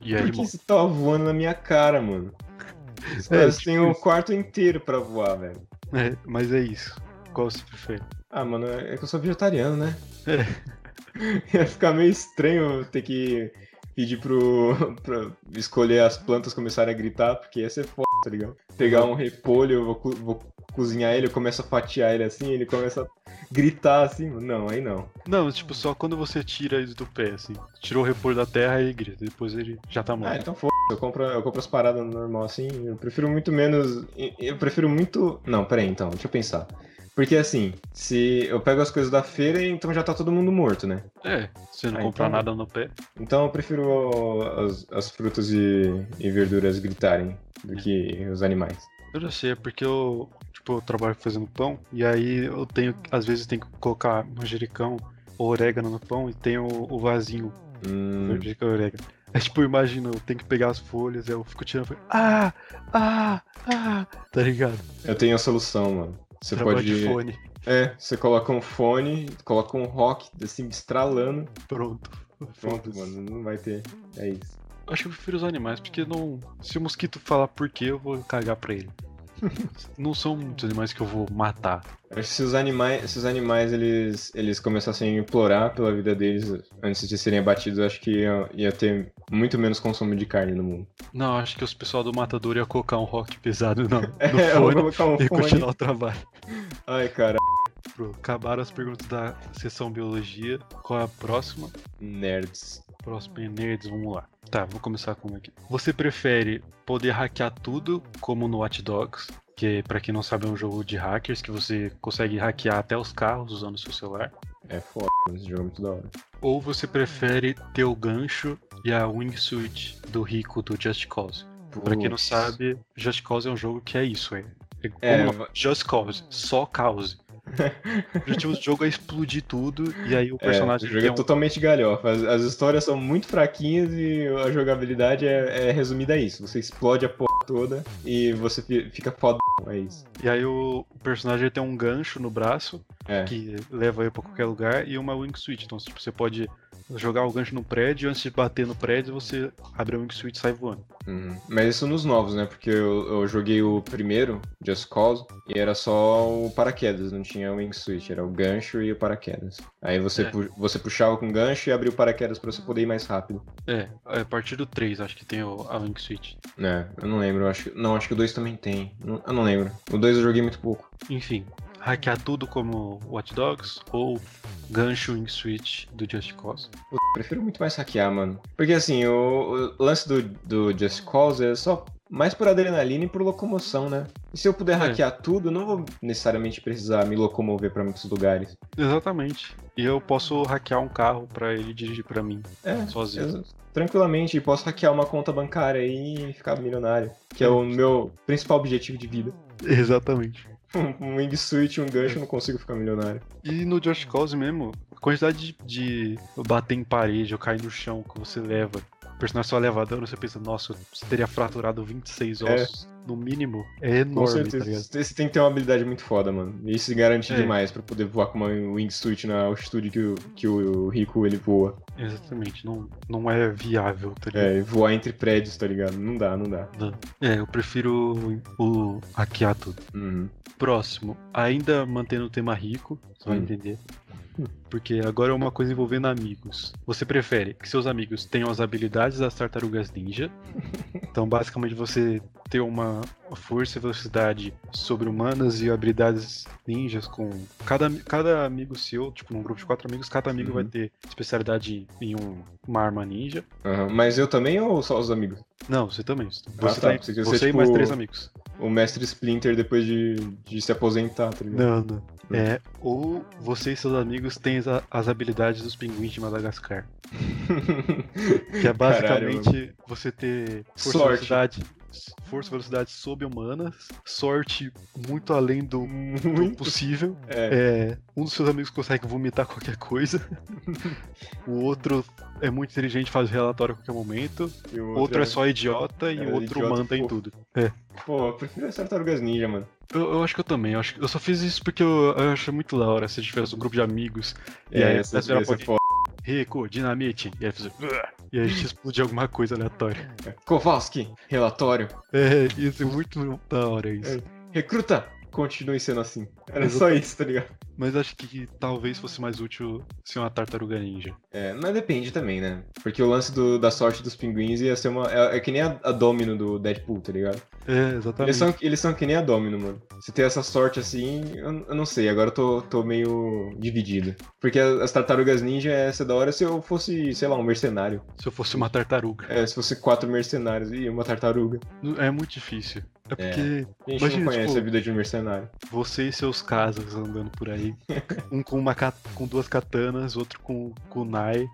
E aí
Por
ele
que
morre.
você tava voando na minha cara, mano?
É,
Cara, você
tipo
tem o
isso.
quarto inteiro pra voar, velho.
É, mas é isso. Qual você prefere?
Ah, mano, é que eu sou vegetariano, né?
É.
Ia ficar meio estranho eu ter que pedir pro. pra escolher as plantas começarem a gritar, porque ia ser foda, tá ligado? Pegar um repolho, eu vou, co- vou cozinhar ele, eu começo a fatiar ele assim, ele começa a gritar assim. Não, aí não.
Não, tipo, só quando você tira ele do pé, assim. Tirou o repolho da terra e grita. Depois ele já tá
Ah,
morto.
então foda, eu compro, eu compro as paradas normal assim, eu prefiro muito menos. Eu prefiro muito. Não, peraí, então, deixa eu pensar. Porque assim, se eu pego as coisas da feira, então já tá todo mundo morto, né?
É, você não
Ah,
comprar
então-
nada no pé.
Então eu prefiro as, as frutas e, e verduras gritarem do que os animais.
Eu já sei, é porque eu, tipo, eu trabalho fazendo pão e aí eu tenho, às vezes tenho que colocar manjericão ou orégano no pão e tem o, o vasinho
Hum,
Manjericão e orégano. É tipo, imagina, eu tenho que pegar as folhas, aí eu fico tirando folha. Ah! Ah! Ah! Tá ligado?
eu tenho a solução, mano. Você
Trabalho
pode.
de fone.
É, você coloca um fone, coloca um rock assim, estralando.
Pronto.
Pronto,
Foda-se.
mano, não vai ter. É isso.
Acho que eu prefiro os animais, porque não. Se o mosquito falar por quê, eu vou cagar pra ele. não são muitos animais que eu vou matar.
Acho que se os animais, se os animais eles, eles começassem a implorar pela vida deles antes de serem abatidos, acho que ia, ia ter muito menos consumo de carne no mundo.
Não, acho que os pessoal do matador ia colocar um rock pesado no, no
É, eu vou
fone
colocar um
e
fone.
continuar o trabalho.
Ai, cara.
Pronto, acabaram as perguntas da sessão biologia. Qual é a próxima?
Nerds.
Próximo é nerds, vamos lá. Tá, vou começar com uma aqui. Você prefere poder hackear tudo, como no Watch Dogs, que pra quem não sabe é um jogo de hackers que você consegue hackear até os carros usando o seu celular?
É foda, mano, esse jogo é muito da hora.
Ou você prefere ter o gancho e a wingsuit do Rico do Just Cause? Pra quem não
Putz.
sabe, Just Cause é um jogo que é isso, é. é como
É,
não? Just Cause, só cause. o objetivo do jogo é explodir tudo e aí o
É,
personagem
o jogo
tem
é
um-
totalmente galhofa. As, as histórias são muito fraquinhas e a jogabilidade é, é resumida a isso. Você explode a porra toda e você fi- fica foda. É isso.
um, E aí o o personagem tem um gancho no braço
É.
que leva ele pra qualquer lugar e uma wingsuit. Então, tipo, você pode jogar o gancho no prédio e antes de bater no prédio, você abre a wingsuit e sai voando.
Uhum. Mas isso nos novos, né? Porque eu, eu joguei o primeiro, Just Cause, e era só o paraquedas, não tinha o wingsuit, era o gancho e o paraquedas. Aí você,
É.
pu- você puxava com o gancho e abria o paraquedas pra você poder ir mais rápido.
É, a partir do 3 acho que tem o- a wingsuit.
É, eu não lembro, eu acho que. Não, acho que o 2 também tem. Não- Eu não lembro. O 2 eu joguei muito pouco.
Enfim, hackear tudo como Watch Dogs ou gancho em Switch do Just Cause?
Eu prefiro muito mais hackear, mano. Porque assim, o, o lance do, do Just Cause é só mais por adrenalina e por locomoção, né? E se eu puder
É.
hackear tudo, eu não vou necessariamente precisar me locomover pra muitos lugares.
Exatamente. E eu posso hackear um carro pra ele dirigir pra mim,
É,
sozinho.
eu- tranquilamente, posso hackear uma conta bancária aí e ficar milionário, que é o meu principal objetivo de vida.
Exatamente.
Um Wing Suit, um gancho, eu não consigo ficar milionário.
E no Just Cause mesmo, a quantidade de, de bater em parede ou cair no chão que você leva, o personagem só leva dano, você pensa, nossa, você teria fraturado 26
É.
ossos, no mínimo, é
Com
enorme, tá
certeza.
ligado?
Você você tem que ter uma habilidade muito foda, mano. E isso garante
É.
demais pra poder voar com uma wingsuit na altitude que o, que o Rico ele voa.
Exatamente, não, não é viável, tá ligado?
É, voar entre prédios, tá ligado? Não dá, não dá.
É, eu prefiro o hackear tudo.
Uhum.
Próximo, ainda mantendo o tema rico, você vai
Hum.
entender. Porque agora é uma coisa envolvendo amigos. Você prefere que seus amigos tenham as habilidades das tartarugas ninja. Então, basicamente, você ter uma força e velocidade sobre-humanas e habilidades ninjas com. Cada, cada amigo seu, tipo, num grupo de quatro amigos, cada amigo
Uhum.
vai ter especialidade em um- uma arma ninja.
Aham. Mas eu também ou só os amigos?
Não, você também. Você,
Ah, tá.
tem-
Pensei que ia ser,
você e
tipo,
mais três amigos.
O mestre Splinter depois de, de se aposentar, tá ligado?
Não, não. É, ou você e seus amigos têm as, as habilidades dos pinguins de Madagascar. Que é basicamente você ter força e
Sorte.
velocidade, força e velocidade sob-humanas, sorte muito além do, do
Muito.
possível.
É.
É, um dos seus amigos consegue vomitar qualquer coisa. o outro é muito inteligente, faz relatório a qualquer momento.
E o
O outro é só idiota e
né? é
o outro
idiota
manda em
fofo.
tudo.
Pô, eu prefiro as tartarugas ninja, mano.
Eu, eu acho que eu também. Eu, acho, que- eu só fiz isso porque eu, eu acho muito da hora se tivesse um grupo de amigos. E aí,
essa,
essa era
essa é
pode-
foda.
Rico, dinamite. E aí, fez... "Uah", e aí a gente explodia alguma coisa aleatória.
Kowalski, relatório.
É, isso é muito da hora
É.
isso.
Recruta! Continue sendo assim. Era só isso, tá ligado?
Mas acho que talvez fosse mais útil ser uma tartaruga ninja.
É, mas depende também, né? Porque o lance do- da sorte dos pinguins ia ser uma. É, é que nem a, a Domino do Deadpool, tá ligado?
É, exatamente.
Eles são, eles são que nem a Domino, mano. Se ter essa sorte assim, eu, eu não sei, agora eu tô, tô meio dividido. Porque a- as tartarugas ninja ia ser da hora se eu fosse, sei lá, um mercenário.
Se eu fosse uma tartaruga.
É, se fosse quatro mercenários e uma tartaruga.
N- É muito difícil. É porque
A gente
Imagina,
não conhece
tipo,
a vida de um mercenário.
você e seus casas andando por aí. um com, uma, ca- com duas katanas, outro com kunai,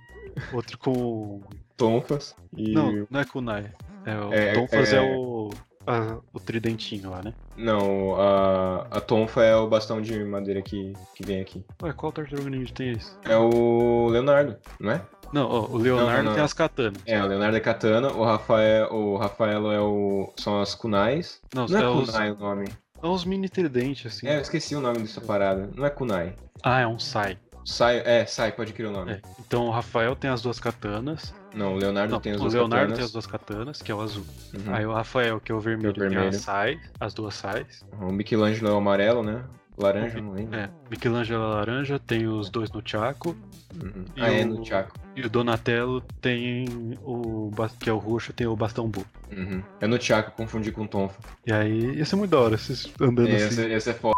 outro com
Tonfas e.
Não, não é kunai. É, o
É,
Tonfas é,
é-
o, a- o tridentinho lá, né?
Não, a, a tonfa é o bastão de madeira que, que vem aqui.
Ué, qual tartaruga ninja tem isso?
É o Leonardo, não é?
Não, ó, o Leonardo
Não, não, não.
tem as katanas.
É, o Leonardo é katana, o Rafael, o Rafaelo é o. são as kunais.
Não,
Não
é,
é
os,
kunai o nome.
é os mini tridentes, assim.
É, eu esqueci o nome dessa parada. Não é kunai.
Ah, é um sai.
Sai, é, sai, pode criar o nome.
É. Então o Rafael tem as duas katanas.
Não, o Leonardo
Não,
tem as
o
duas
Leonardo tem as
katanas.
duas katanas, que é o azul.
Uhum.
Aí o Rafael, que é o vermelho, tem
vermelho.
as sai, as duas sais.
O Michelangelo é o amarelo, né? Laranja, não lembro.
É, Michelangelo é laranja, tem os dois no Chaco.
Uhum.
E
Ah, é,
o-
no Chaco.
E o Donatello tem o. bas- que é o roxo, tem o bastão bu.
Uhum. É no Chaco, confundi com tonfa.
E aí, ia ser muito da hora, vocês andando
É,
assim.
essa, essa é foda.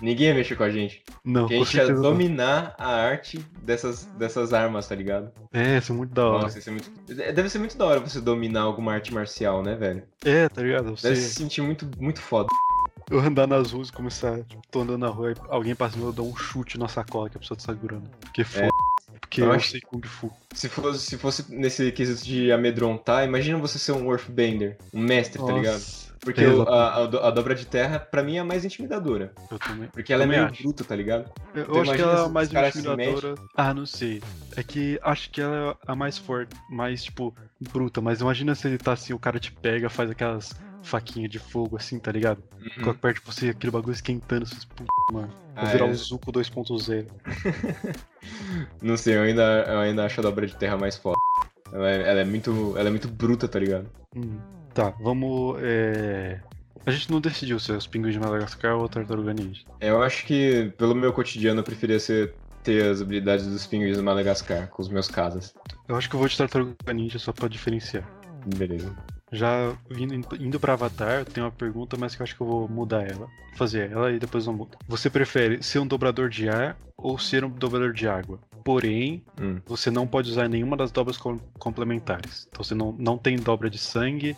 Ninguém ia mexer com a gente.
Não,
Que a
com
gente ia
certeza não.
dominar a arte dessas, dessas armas, tá ligado?
É, isso é muito da hora.
Nossa, isso é muito. Deve ser muito da hora você dominar alguma arte marcial, né, velho?
É, tá ligado? Você,
Deve se sentir muito, muito foda.
Eu andar nas ruas e começar, tipo, tô andando na rua, aí alguém passa eu dou um chute na sacola que a pessoa tá segurando. Porque foda. Porque
É. Eu
eu,
acho-
sei Kung Fu.
Se fosse, se fosse nesse quesito de amedrontar, imagina você ser um Earthbender, um mestre, tá ligado?
Nossa,
Porque
é,
o-
exato.
a, a do- a dobra de terra, pra mim, é a mais intimidadora.
eu também.
Porque ela é
Também
meio
acho.
bruta, tá ligado?
Eu
Então
acho que
imagina
ela é
se
a
os
mais
caras se metem.
intimidadora. Ah, não sei. É que acho que ela é a mais forte, mais, tipo, bruta. Mas imagina se ele tá assim, o cara te pega, faz aquelas faquinhas de fogo assim, tá ligado?
Uhum.
Fica perto de tipo, você, aquele bagulho esquentando, vocês, puta, mano. Vai
Ah,
virar
é.
um Zuko 2.0.
Não sei, eu ainda, eu ainda acho a dobra de terra mais foda. Ela é, ela é muito, ela é muito bruta, tá ligado?
Hum, tá, vamos. é, A gente não decidiu se é os pinguins de Madagascar ou a tartaruga ninja.
Eu acho que, pelo meu cotidiano, eu preferia ser, ter as habilidades dos pinguins de Madagascar, com os meus casas.
Eu acho que eu vou de tartaruga ninja só pra diferenciar.
Beleza.
Já indo, indo pra Avatar, tem uma pergunta, mas que eu acho que eu vou mudar ela. Fazer ela e depois eu mudo. Você prefere ser um dobrador de ar ou ser um dobrador de água? Porém,
Hum.
você não pode usar nenhuma das dobras com- complementares. Então você não, não tem dobra de sangue,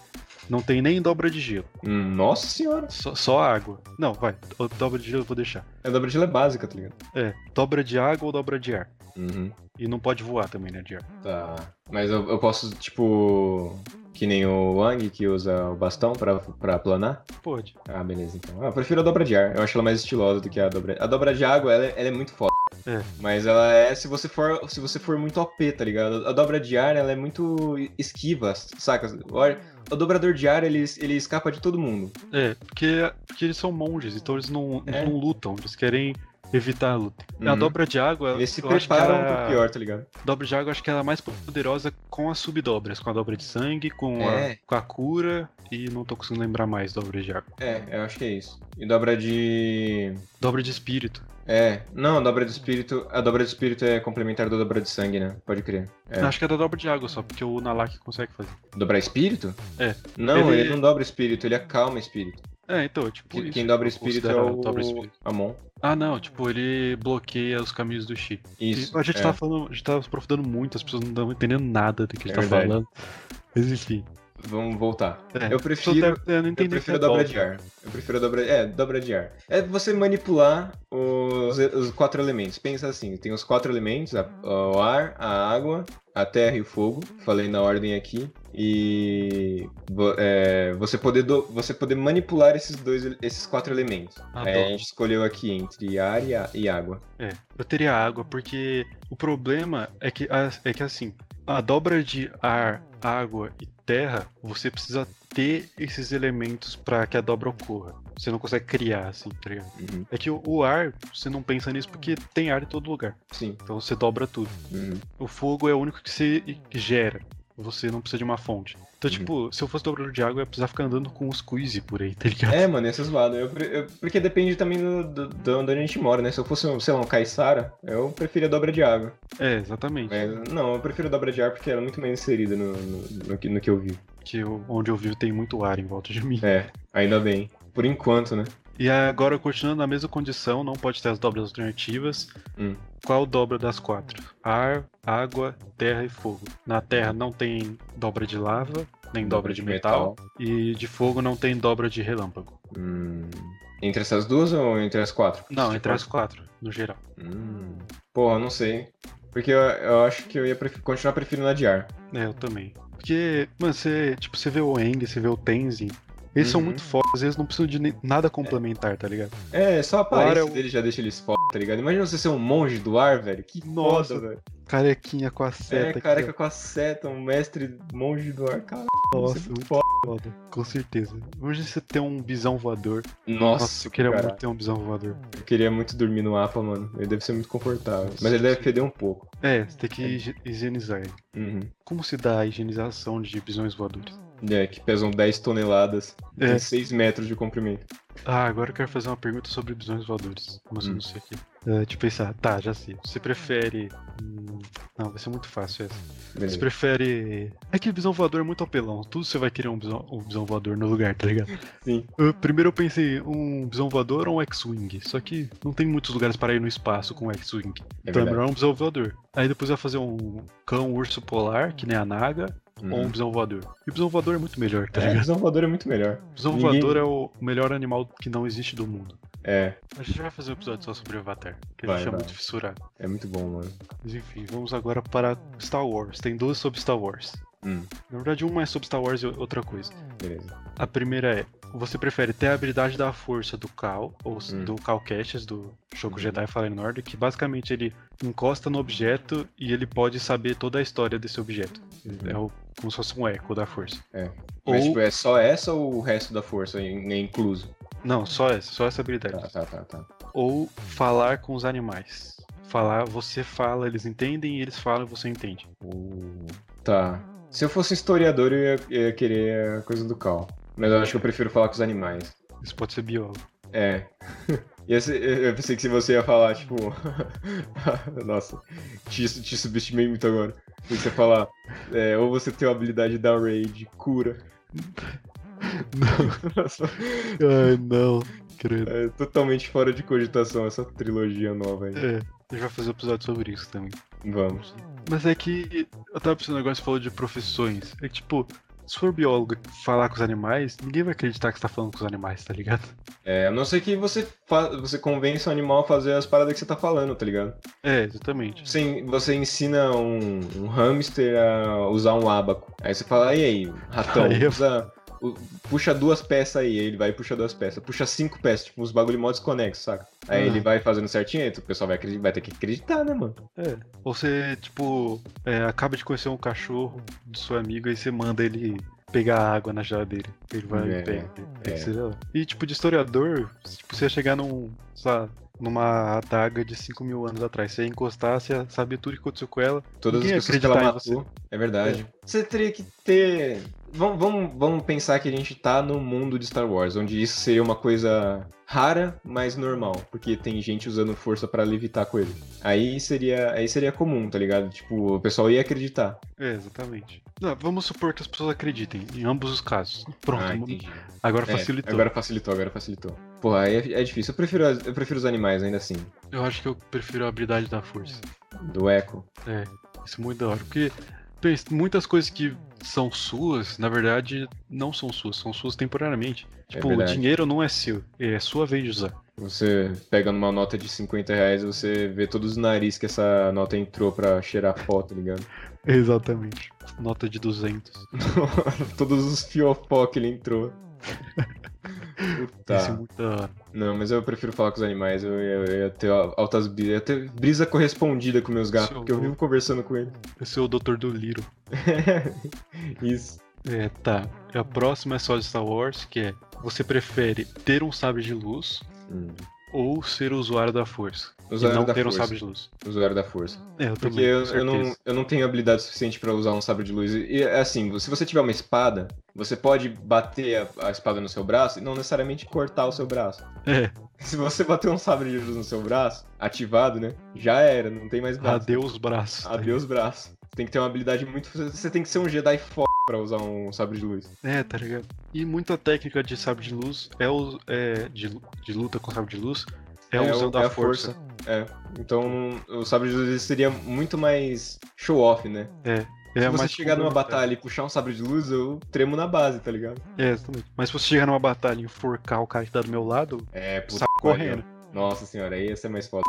não tem nem dobra de gelo.
Hum, Nossa senhora.
Só, só água. Não, vai. o- Dobra de gelo eu vou deixar.
A dobra de gelo é básica, tá ligado?
É, dobra de água ou dobra de ar.
Uhum.
E não pode voar também, né, de ar.
Tá. Mas eu, eu posso, tipo. Que nem o Wang que usa o bastão pra, pra planar?
Pode.
Ah, beleza, então. Ah, eu prefiro a dobra de ar. Eu acho ela mais estilosa do que a dobra. A dobra de água, ela, é- ela é muito foda.
É.
Mas ela é se você for se você for muito OP, tá ligado? A dobra de ar, ela é muito esquiva, saca? O ar- o dobrador de ar, ele, ele escapa de todo mundo.
É, porque, porque eles são monges, então eles não, eles
É.
não lutam, eles querem evitar a luta. A
Uhum.
dobra de água.
Eles se
eu acho que
preparam
ela-
pro pior, tá ligado?
Dobra de água, eu acho que ela é mais poderosa com as subdobras, com a dobra de sangue, com,
É.
a, com a cura, e não tô conseguindo lembrar mais dobra de água.
É, eu acho que é isso. E dobra de.
Dobra de espírito.
É. Não, a dobra de espírito. A dobra de espírito é complementar da dobra de sangue, né? Pode crer. É.
Acho que é da dobra de água só, porque o Nalak consegue fazer.
Dobrar espírito?
É.
Não, ele...
Ele-
não dobra espírito, ele acalma espírito.
É, então, tipo.
Quem,
isso
quem dobra
eu
espírito é
considero um
o.
dobra espírito.
Amon.
Ah, não, tipo, ele bloqueia os caminhos do Chi.
Isso.
a gente tá-
é.
tava falando, a gente tava aprofundando muito, as pessoas não estão entendendo nada do que a gente
É
tá
verdade.
falando. Mas enfim.
Vamos voltar.
É,
eu
Só
prefiro.
deve- eu não
Eu
entendi
prefiro
o que é
dobra de ar. Eu prefiro dobra. É, dobra de ar. É você manipular os, os quatro elementos. Pensa assim: tem os quatro elementos: a- o ar, a água, a terra e o fogo. Falei na ordem aqui. E vo- é, você, poder do- você poder manipular esses dois, esses quatro elementos.
Adoro.
Aí É, a gente escolheu aqui entre ar e, a- e água.
Ah, É, eu teria água, porque o problema é que, a- é que assim, a dobra de ar, água e terra, você precisa ter esses elementos pra que a dobra ocorra. Você não consegue criar, assim, tá ligado?
Uhum,
É que o, o ar, você não pensa nisso porque tem ar em todo lugar.
Sim.
Então você dobra tudo.
uhum.
O fogo é o único que você gera. Você não precisa de uma fonte. Então,
Uhum.
tipo, se eu fosse dobrador de água, eu ia precisar ficar andando com os squeeze por aí, tá ligado?
É, mano, é zoado. Eu pre- eu- porque depende também do, do- do- onde a gente mora, né? Se eu fosse, um, sei lá, um caiçara, eu preferia dobra de água.
É, exatamente.
Mas, não, eu prefiro dobra de ar porque ela é muito mais inserida no, no, no que, no que eu vi.
Porque eu- onde eu vivo tem muito ar em volta de mim.
É, ainda bem. Por enquanto, né?
E agora, continuando na mesma condição, não pode ter as dobras alternativas.
Hum.
Qual dobra das quatro? Ar, água, terra e fogo. Na terra não tem dobra de lava, nem dobra, de metal, E de fogo não tem dobra de relâmpago.
Hum. Entre essas duas ou entre as quatro?
Não, entre as quatro, no geral.
Hum. Porra, não sei. Porque eu, eu acho que eu ia prefer- continuar preferindo a de ar.
É, eu também. Porque, mano, você, tipo, você vê o Eng, você vê o Tenzin. Eles são
Uhum.
muito fortes, às vezes não precisam de nem- nada complementar, tá ligado?
É, só a
Agora
aparência
eu-
dele já deixa eles foda, tá ligado? Imagina você ser um monge do ar, velho. Que
Nossa,
foda, velho.
Carequinha com a seta.
É,
aqui, ó.
careca com a seta, um mestre monge do ar, cara.
Nossa,
você é
muito foda. Com certeza. Imagina você ter um bisão voador.
Nossa,
Nossa, eu queria
cara.
muito ter um bisão voador.
Eu queria muito dormir no APA, mano. Ele deve ser muito confortável. Mas ele deve feder um pouco.
É, você tem que higi- higienizar ele.
Uhum.
Como se dá a higienização de bisões voadores?
É, que pesam 10 toneladas.
É.
Tem 6 metros de comprimento.
Ah, agora eu quero fazer uma pergunta sobre bisões voadores. Mas eu
Hum.
não sei o que. É, deixa eu pensar. Tá, já sei. Você prefere. hum, Não, vai ser muito fácil essa. Você
Beleza.
prefere. É que bisão voador é muito apelão. Tudo você vai querer um bisão, um bisão voador no lugar, tá ligado?
Sim.
Eu- primeiro eu pensei um bisão voador ou um X-Wing. Só que não tem muitos lugares para ir no espaço com um X-Wing.
É
então é
verdade.
melhor um bisão voador. Aí depois vai fazer um cão urso polar, que nem a Naga. ou um
Uhum.
bisão voador. E o bisão voador é muito melhor, tá
É,
ligado?
visão voadora é muito melhor.
O bisão
ninguém-
voador é o melhor animal que não existe do mundo.
É,
A gente vai fazer um episódio só sobre Avatar, que a
Vai,
gente é
vai.
muito fissurado.
é muito bom, mano.
Mas enfim, vamos agora para Star Wars. Tem duas sobre Star Wars.
Hum.
Na verdade, uma é sobre Star Wars e outra coisa.
Beleza.
A primeira é: você prefere ter a habilidade da força do Cal, ou s-
Hum.
do Cal Kestis, do Shoku
Uhum.
Jedi Fallen Order, que basicamente ele encosta no objeto e ele pode saber toda a história desse objeto. É o- como se fosse um eco da força.
Hum. É.
Ou,
Mas, tipo, é só essa ou o resto da força in- é incluso?
Não, só essa, só essa habilidade.
Tá, tá, tá, tá.
ou falar com os animais. Falar, você fala, eles entendem, e eles falam, você entende.
Uh, Tá. Se eu fosse historiador, eu ia, eu ia querer a coisa do Cal. Mas eu acho que eu prefiro falar com os animais.
Isso pode ser biólogo.
É. Ia ser- Eu pensei que se você ia falar, tipo. Nossa, te, te subestimei muito agora. Se você falar, é, ou você tem a habilidade da Raid cura,
Não. Ai, não, credo.
É totalmente fora de cogitação essa trilogia nova aí.
É, a gente vai fazer um episódio sobre isso também.
Vamos.
Mas é que eu tava pensando agora, você falou de profissões. É que, tipo, se for biólogo e falar com os animais, ninguém vai acreditar que você tá falando com os animais, tá ligado?
É, a não ser que você, fa- você convença o animal a fazer as paradas que você tá falando, tá ligado?
É, exatamente.
Você, en- você ensina um, um hamster a usar um abaco. Aí você fala, e aí, ratão,
Aí eu-
usa- u- puxa duas peças aí. Aí ele vai e puxa duas peças. Puxa cinco peças, tipo, uns bagulho mó desconexo, saca? Aí
Ah.
ele vai fazendo certinho, aí o pessoal vai, acreditar, vai ter que acreditar, né, mano?
É. Ou você, tipo, é, acaba de conhecer um cachorro do seu amigo e você manda ele pegar água na geladeira. Ele vai
É,
e pega. Tem
é.
que ser ela. E, tipo, de historiador, tipo, você ia chegar num, sei lá, numa adaga de 5 mil anos atrás. Você ia encostar, você ia saber tudo que aconteceu com ela.
Todas
Ninguém ia
as pessoas que ela
acreditar em
matou. É verdade. Você teria que ter. Vamos, vamos, vamos pensar que a gente tá no mundo de Star Wars, onde isso seria uma coisa rara, mas normal. Porque tem gente usando força pra levitar com ele. Aí seria, aí seria comum, tá ligado? Tipo, o pessoal ia acreditar.
É, exatamente. Não, vamos supor que as pessoas acreditem, em ambos os casos. Pronto,
Ah,
mu-
entendi.
agora
É,
facilitou.
Agora facilitou, agora facilitou. Porra, aí é, é difícil. Eu prefiro, as- eu prefiro os animais ainda assim.
Eu acho que eu prefiro a habilidade da força.
Do eco.
É, isso é muito da hora. Porque pensa, muitas coisas que são suas, na verdade, não são suas, são suas temporariamente. Tipo, o
verdade.
dinheiro não é seu, é sua vez de usar.
Você pega numa nota de 50 reais, você vê todos os narizes que essa nota entrou pra cheirar pó, tá ligado?
Exatamente. Nota de 200.
Todos os fiofó que ele entrou.
Isso é
Tá.
muito da hora.
Não, mas eu prefiro falar com os animais. Eu ia, eu ia ter altas brisas. ia ter brisa correspondida com meus gatos,
Seu
porque eu vivo conversando com ele.
Esse é o Doutor do Liro.
Isso.
É, tá. A próxima é só de Star Wars, que é... Você prefere ter um sabre de luz
Hum.
ou ser usuário da força? e
Usuário
não
da
ter um
força.
sabre de luz.
Usuário da força.
É, eu
Porque
também,
eu,
com
eu não,
certeza.
eu não tenho habilidade suficiente pra usar um sabre de luz. E é assim, se você tiver uma espada, você pode bater a, a espada no seu braço e não necessariamente cortar o seu braço.
É,
Se você bater um sabre de luz no seu braço, ativado, né? Já era, não tem mais braço.
adeus os braços. tá
Adeus braço. Você tem que ter uma habilidade muito. Você tem que ser um Jedi f pra usar um sabre de luz.
É, tá ligado? E muita técnica de sabre de luz é, o, é de, lu- de luta com sabre de luz é,
o-
usando
é
a força.
É. Então o sabre de luz ele seria muito mais show-off, né?
É
Se você
mais
chegar numa
complementar.
batalha e puxar um sabre de luz, eu tremo na base, tá ligado?
É, exatamente. Mas se você chegar numa batalha e enforcar o cara que tá do meu lado,
É, puta
sai correndo.
Nossa senhora, aí ia ser mais foda.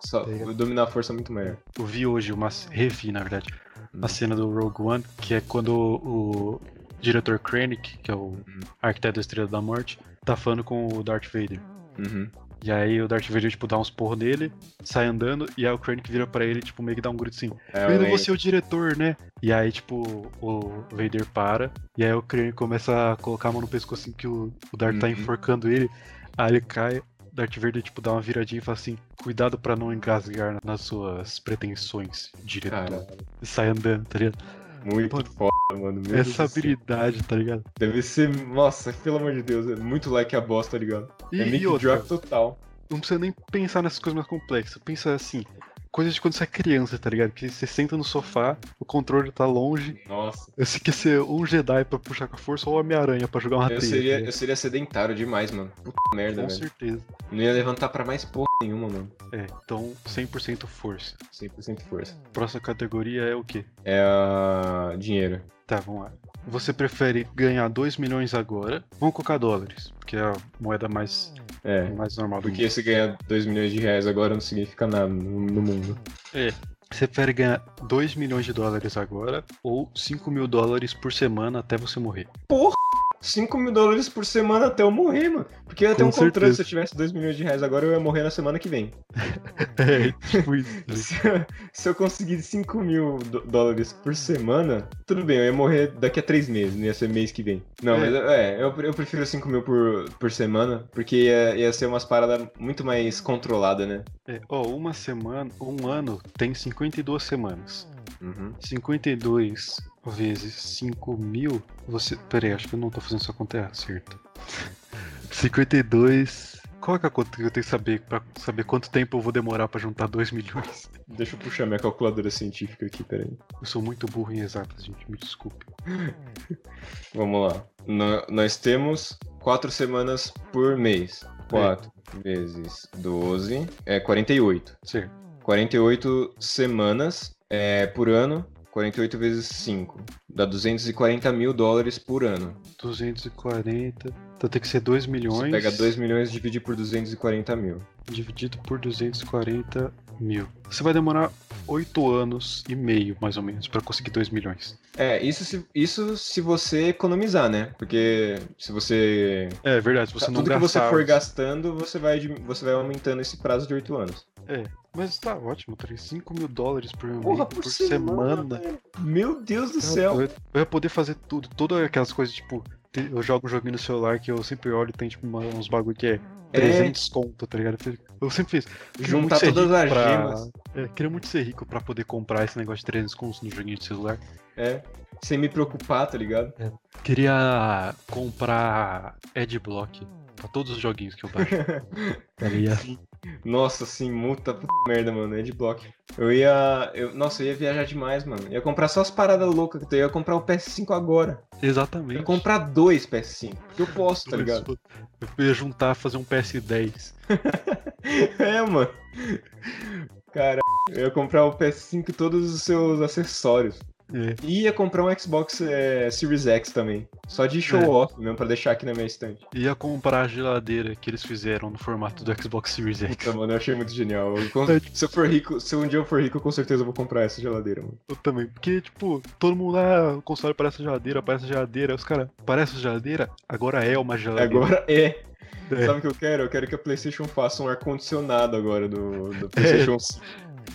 Só
Tá ligado?
dominar a força é muito maior.
Eu vi hoje uma. c- Revi, na verdade.
Hum.
A cena do Rogue One, que é quando o, o diretor Krennic, que é o
Hum.
arquiteto da Estrela da Morte, tá falando com o Darth Vader.
Uhum.
E aí o Darth Vader, tipo, dá uns porros nele, sai andando, e aí o Krennic vira pra ele, tipo, meio que dá um grito assim.
É,
Eu ainda
eu
vou
lembro.
ser o diretor, né? E aí, tipo, o Vader para. E aí o Crane começa a colocar a mão no pescoço assim que o, o Darth tá
Uhum.
enforcando ele. Aí ele cai. Darth Vader, tipo, dá uma viradinha e fala assim: Cuidado pra não engasgar nas suas pretensões, diretor.
Cara,
E sai andando, tá ligado?
muito
Mano,
foda, mano. Meu
Essa
Deus do céu.
habilidade, tá ligado?
Deve ser. Nossa, pelo amor de Deus, é muito like a bosta, tá ligado?
E,
é
e
make
outra,
drop total.
não precisa nem pensar nessas coisas mais complexas. Pensa assim: coisas de quando você é criança, tá ligado? Que você senta no sofá, o controle tá longe.
Nossa.
Você quer ser um Jedi pra puxar com a força ou o Homem-Aranha pra jogar uma teia.
Eu
tá
seria,
ligado?
eu seria sedentário demais, mano. Puta merda,
Com
velho.
certeza.
Não ia levantar pra mais porra nenhuma, mano.
É, então 100% força.
100% força.
Próxima categoria é o quê?
É a... dinheiro.
Tá, vamos lá. Você prefere ganhar 2 milhões agora? Vamos colocar dólares, porque é a moeda mais,
É.
mais normal do
Porque
mundo.
se ganhar 2 milhões de reais agora não significa nada no, no mundo.
Você prefere ganhar 2 milhões de dólares agora ou 5 mil dólares por semana até você morrer?
5 mil dólares por semana até eu morrer, mano. Porque eu ia ter
Com
um contrato.
certeza.
Se eu tivesse 2 milhões de reais agora, eu ia morrer na semana que vem.
É, tipo isso.
Se, eu- se eu conseguir 5 mil do- dólares por semana, tudo bem, eu ia morrer daqui a 3 meses, não ia ser mês que vem. Não,
É.
mas é, eu, eu prefiro 5 mil por, por semana, porque ia, ia ser umas paradas muito mais controlada, né?
É, ó, uma semana, um ano tem 52 semanas. 52 vezes 5 mil. ah, Você. Peraí, acho que eu não tô fazendo essa conta certa. 52 Qual é que é a conta que eu tenho que saber pra saber quanto tempo eu vou demorar pra juntar 2 milhões?
Deixa eu puxar minha calculadora científica aqui, peraí.
Eu sou muito burro em exatas, gente, me desculpe.
Vamos lá. No- nós temos quatro semanas por mês. 4 vezes 12 é 48.
Sim.
48 semanas é, por ano. 48 vezes 5. Dá 240 mil dólares por ano.
240. Então tem que ser 2 milhões.
Você pega 2 milhões e divide por 240 mil.
dividido por 240 mil. Você vai demorar 8 anos e meio, mais ou menos, pra conseguir 2 milhões.
É, isso se, isso se você economizar, né? Porque se você.
É verdade, se você não
Tá, tudo que
gastar.
você for gastando, você vai, dim- você vai aumentando esse prazo de 8 anos.
Mas tá ótimo, tá 5 mil dólares por,
Porra,
por, semana.
velho. Meu Deus do
Cara,
céu.
Eu, eu ia poder fazer tudo, todas aquelas coisas, tipo, te- eu jogo um joguinho no celular que eu sempre olho e tem, tipo, uma- uns bagulho que é
É.
300 conto, tá ligado? Eu falei, Eu sempre fiz. Queria muito
Juntar
ser
todas
rico
as
pra-
gemas.
É, queria muito ser rico pra poder comprar esse negócio de 300 conto no joguinho de celular.
É. Sem me preocupar, tá ligado?
Queria comprar Adblock pra todos os joguinhos que eu baixo. tá ligado?
Nossa, sim, multa p... merda, mano. É de bloco. Eu ia. eu- Nossa, eu ia viajar demais, mano. Eu ia comprar só as paradas loucas que eu tenho. Eu ia comprar o PS5 agora. Eu
Exatamente.
ia comprar dois PS5. Porque eu posso, tá ligado?
Eu ia juntar, fazer um PS10.
É, mano. Cara, eu ia comprar o PS5 e todos os seus acessórios.
É.
E ia comprar um Xbox é, Series X também. Só de show
É.
off mesmo, pra deixar aqui na minha estante.
Ia comprar a geladeira que eles fizeram no formato do Xbox Series X.
Puta, Tá, mano, eu achei muito genial. Eu con- Se eu for rico, se um dia eu for rico, com certeza eu vou comprar essa geladeira, mano.
Eu também. Porque, tipo, todo mundo lá, o console parece geladeira, parece geladeira. Os caras, parece geladeira, agora é uma geladeira.
Agora é.
É.
Sabe o que eu quero? Eu quero que a PlayStation faça um ar-condicionado agora do, do PlayStation 5.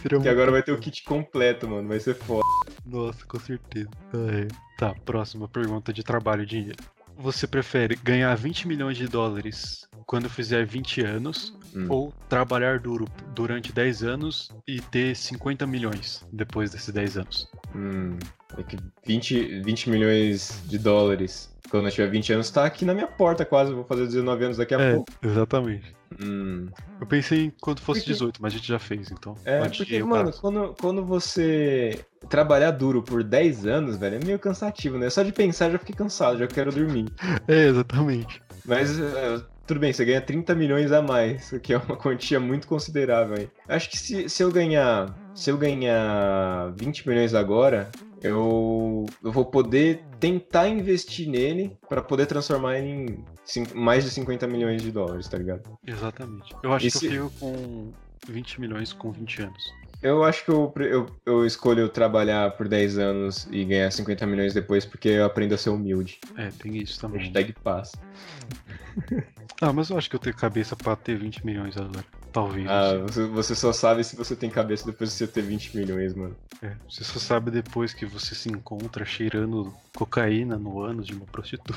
Seria
Que
um-
é agora vai ter o kit completo, mano. Vai ser foda.
Nossa, com certeza. Ah, é. Tá, próxima pergunta de trabalho e dinheiro. Você prefere ganhar 20 milhões de dólares quando fizer 20 anos
Hum.
ou trabalhar duro durante 10 anos e ter 50 milhões depois desses 10 anos?
Hum, é que 20, 20 milhões de dólares quando eu tiver 20 anos tá aqui na minha porta quase. Eu Vou fazer 19 anos daqui a pouco.
É, exatamente.
Hum,
Eu pensei em quando fosse
Porque-
18, mas a gente já fez, então.
é,
pode ir
porque,
o
mano,
prazo.
quando, quando você trabalhar duro por 10 anos, velho, é meio cansativo, né? Só de pensar já fiquei cansado, já quero dormir.
É, exatamente.
Mas é, tudo bem, você ganha 30 milhões a mais, o que é uma quantia muito considerável aí. Acho que se, se eu ganhar. Se eu ganhar 20 milhões agora, eu, eu vou poder tentar investir nele para poder transformar ele em cin- mais de 50 milhões de dólares, tá ligado?
Exatamente. Eu acho
E se-
que eu fico com 20 milhões com 20 anos.
Eu acho que eu, pre- eu, eu escolho trabalhar por 10 anos e ganhar 50 milhões depois porque eu aprendo a ser humilde.
É, tem isso também.
Hashtag paz.
Ah, mas eu acho que eu tenho cabeça pra ter 20 milhões agora. Talvez. não
Ah,
sei.
você, você só sabe se você tem cabeça depois de você ter 20 milhões, mano.
É, Você só sabe depois que você se encontra cheirando cocaína no ânus de uma prostituta,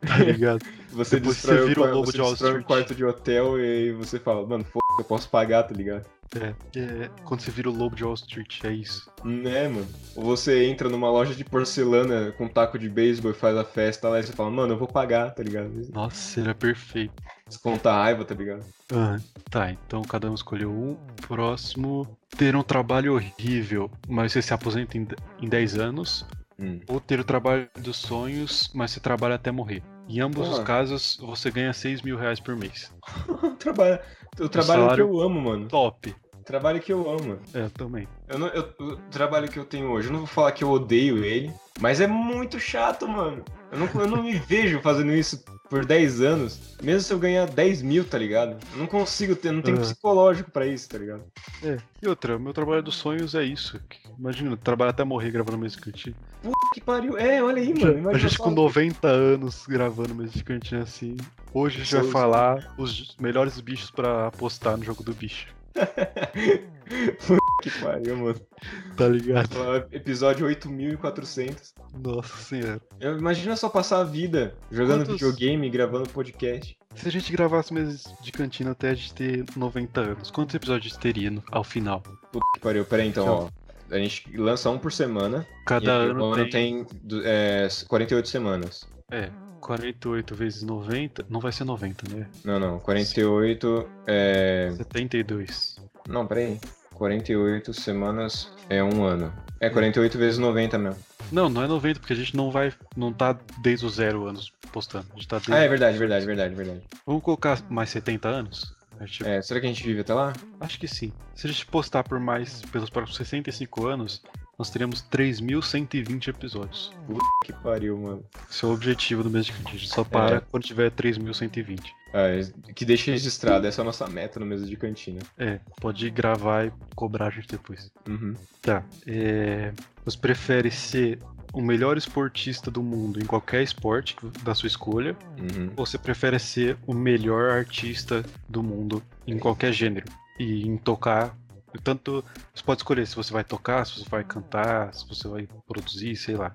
tá ligado?
Você
Depois
destrói,
você
o
vira o
qua-
lobo
você
de Wall
destrói um
Street.
quarto de hotel e aí você fala, mano, f***, eu posso pagar, tá ligado?
É, é, quando você vira o lobo de Wall Street, é isso.
Né, mano? Ou você entra numa loja de porcelana com taco de beisebol e faz a festa lá e você fala, mano, eu vou pagar, tá ligado?
Nossa, era perfeito.
Desconta a raiva, tá ligado?
Ah, tá, então cada um escolheu um. Próximo, ter um trabalho horrível, mas você se aposenta em, em 10 anos. Ou ter o trabalho dos sonhos, mas você trabalha até morrer. Em ambos
Ah.
os casos, você ganha 6 mil reais por mês.
Trabalho, o trabalho que
salário-
eu amo, mano.
Top!
Trabalho que eu amo.
É, eu também.
Eu não- eu- o trabalho que eu tenho hoje, eu não vou falar que eu odeio ele, mas é muito chato, mano. Eu não, eu não me vejo fazendo isso por 10 anos, mesmo se eu ganhar 10 mil, tá ligado? Eu não consigo ter, não tenho
É.
psicológico pra isso, tá ligado?
E outra, meu trabalho dos sonhos é isso. Imagina, trabalhar até morrer gravando música cantinho.
Que pariu. É, olha aí, mano.
A
imagina
gente
só.
com 90 anos gravando música cantinho assim. Hoje a gente vai
Sou-
falar os melhores bichos pra apostar no jogo do bicho.
Que pariu, mano.
Tá ligado?
Ó, Episódio 8400.
Nossa senhora.
Eu- Imagina só passar a vida jogando
Quantos-
videogame e gravando podcast.
Se a gente gravasse mesmo de cantina até a gente ter 90 anos, quantos episódios a gente teria no- ao final?
Puta que pariu. Pera aí, então, ó. A gente lança um por semana.
Cada
e
ano tem...
tem, du- é, 48 semanas.
É, 48 vezes 90, não vai ser 90, né?
Não, não. 48 é.
72.
Não, peraí. 48 semanas é um ano. É 48 vezes 90 mesmo.
Não, não é 90, porque a gente não vai. não tá desde os zero anos postando. A gente tá desde...
Ah, é verdade, verdade, verdade, verdade.
Vamos colocar mais 70 anos? A gente-
É, será que a gente vive até lá?
Acho que sim. Se a gente postar por mais pelos próximos 65 anos, nós teremos 3.120 episódios.
Que pariu, mano.
Esse é o objetivo do mês de Candido.
É
Só para quando tiver 3.120.
Ah, é- que deixa registrado, essa é a nossa meta no mesa de cantina.
É, pode gravar e cobrar a gente depois.
Uhum.
Tá. É, você prefere ser o melhor esportista do mundo em qualquer esporte da sua escolha?
Uhum.
Ou você prefere ser o melhor artista do mundo em qualquer gênero? E em tocar. Tanto você pode escolher se você vai tocar, se você vai cantar, se você vai produzir, sei lá.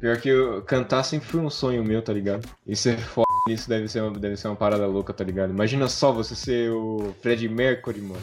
Pior que eu, cantar sempre foi um sonho meu, tá ligado? Isso é foda, isso deve ser, uma, deve ser uma parada louca, tá ligado? Imagina só você ser o Fred Mercury, mano.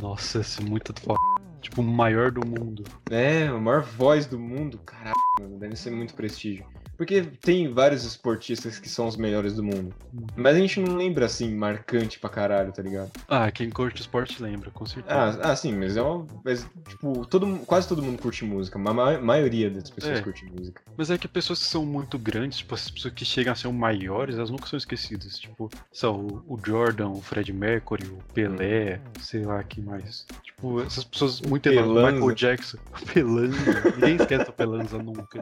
Nossa, isso é muito foda. Tipo, o maior do mundo.
É, a maior voz do mundo, caralho, mano, deve ser muito prestígio. Porque tem vários esportistas que são os melhores do mundo.
Uhum.
Mas a gente não lembra assim, marcante pra caralho, tá ligado?
Ah, quem curte esporte lembra, com certeza.
Ah, ah sim, mas é uma. Mas, tipo, todo, mu- quase todo mundo curte música. mas A ma- maioria das pessoas
É.
curte música.
Mas é que pessoas que são muito grandes, tipo, as pessoas que chegam a ser maiores, elas nunca são esquecidas. Tipo, são o o Jordan, o Fred Mercury, o Pelé, sei lá que mais. Tipo, essas pessoas muito enormes.
Hum. Pelanza.
Michael Jackson, o Pelanza. Ninguém esquece o Pelanza nunca.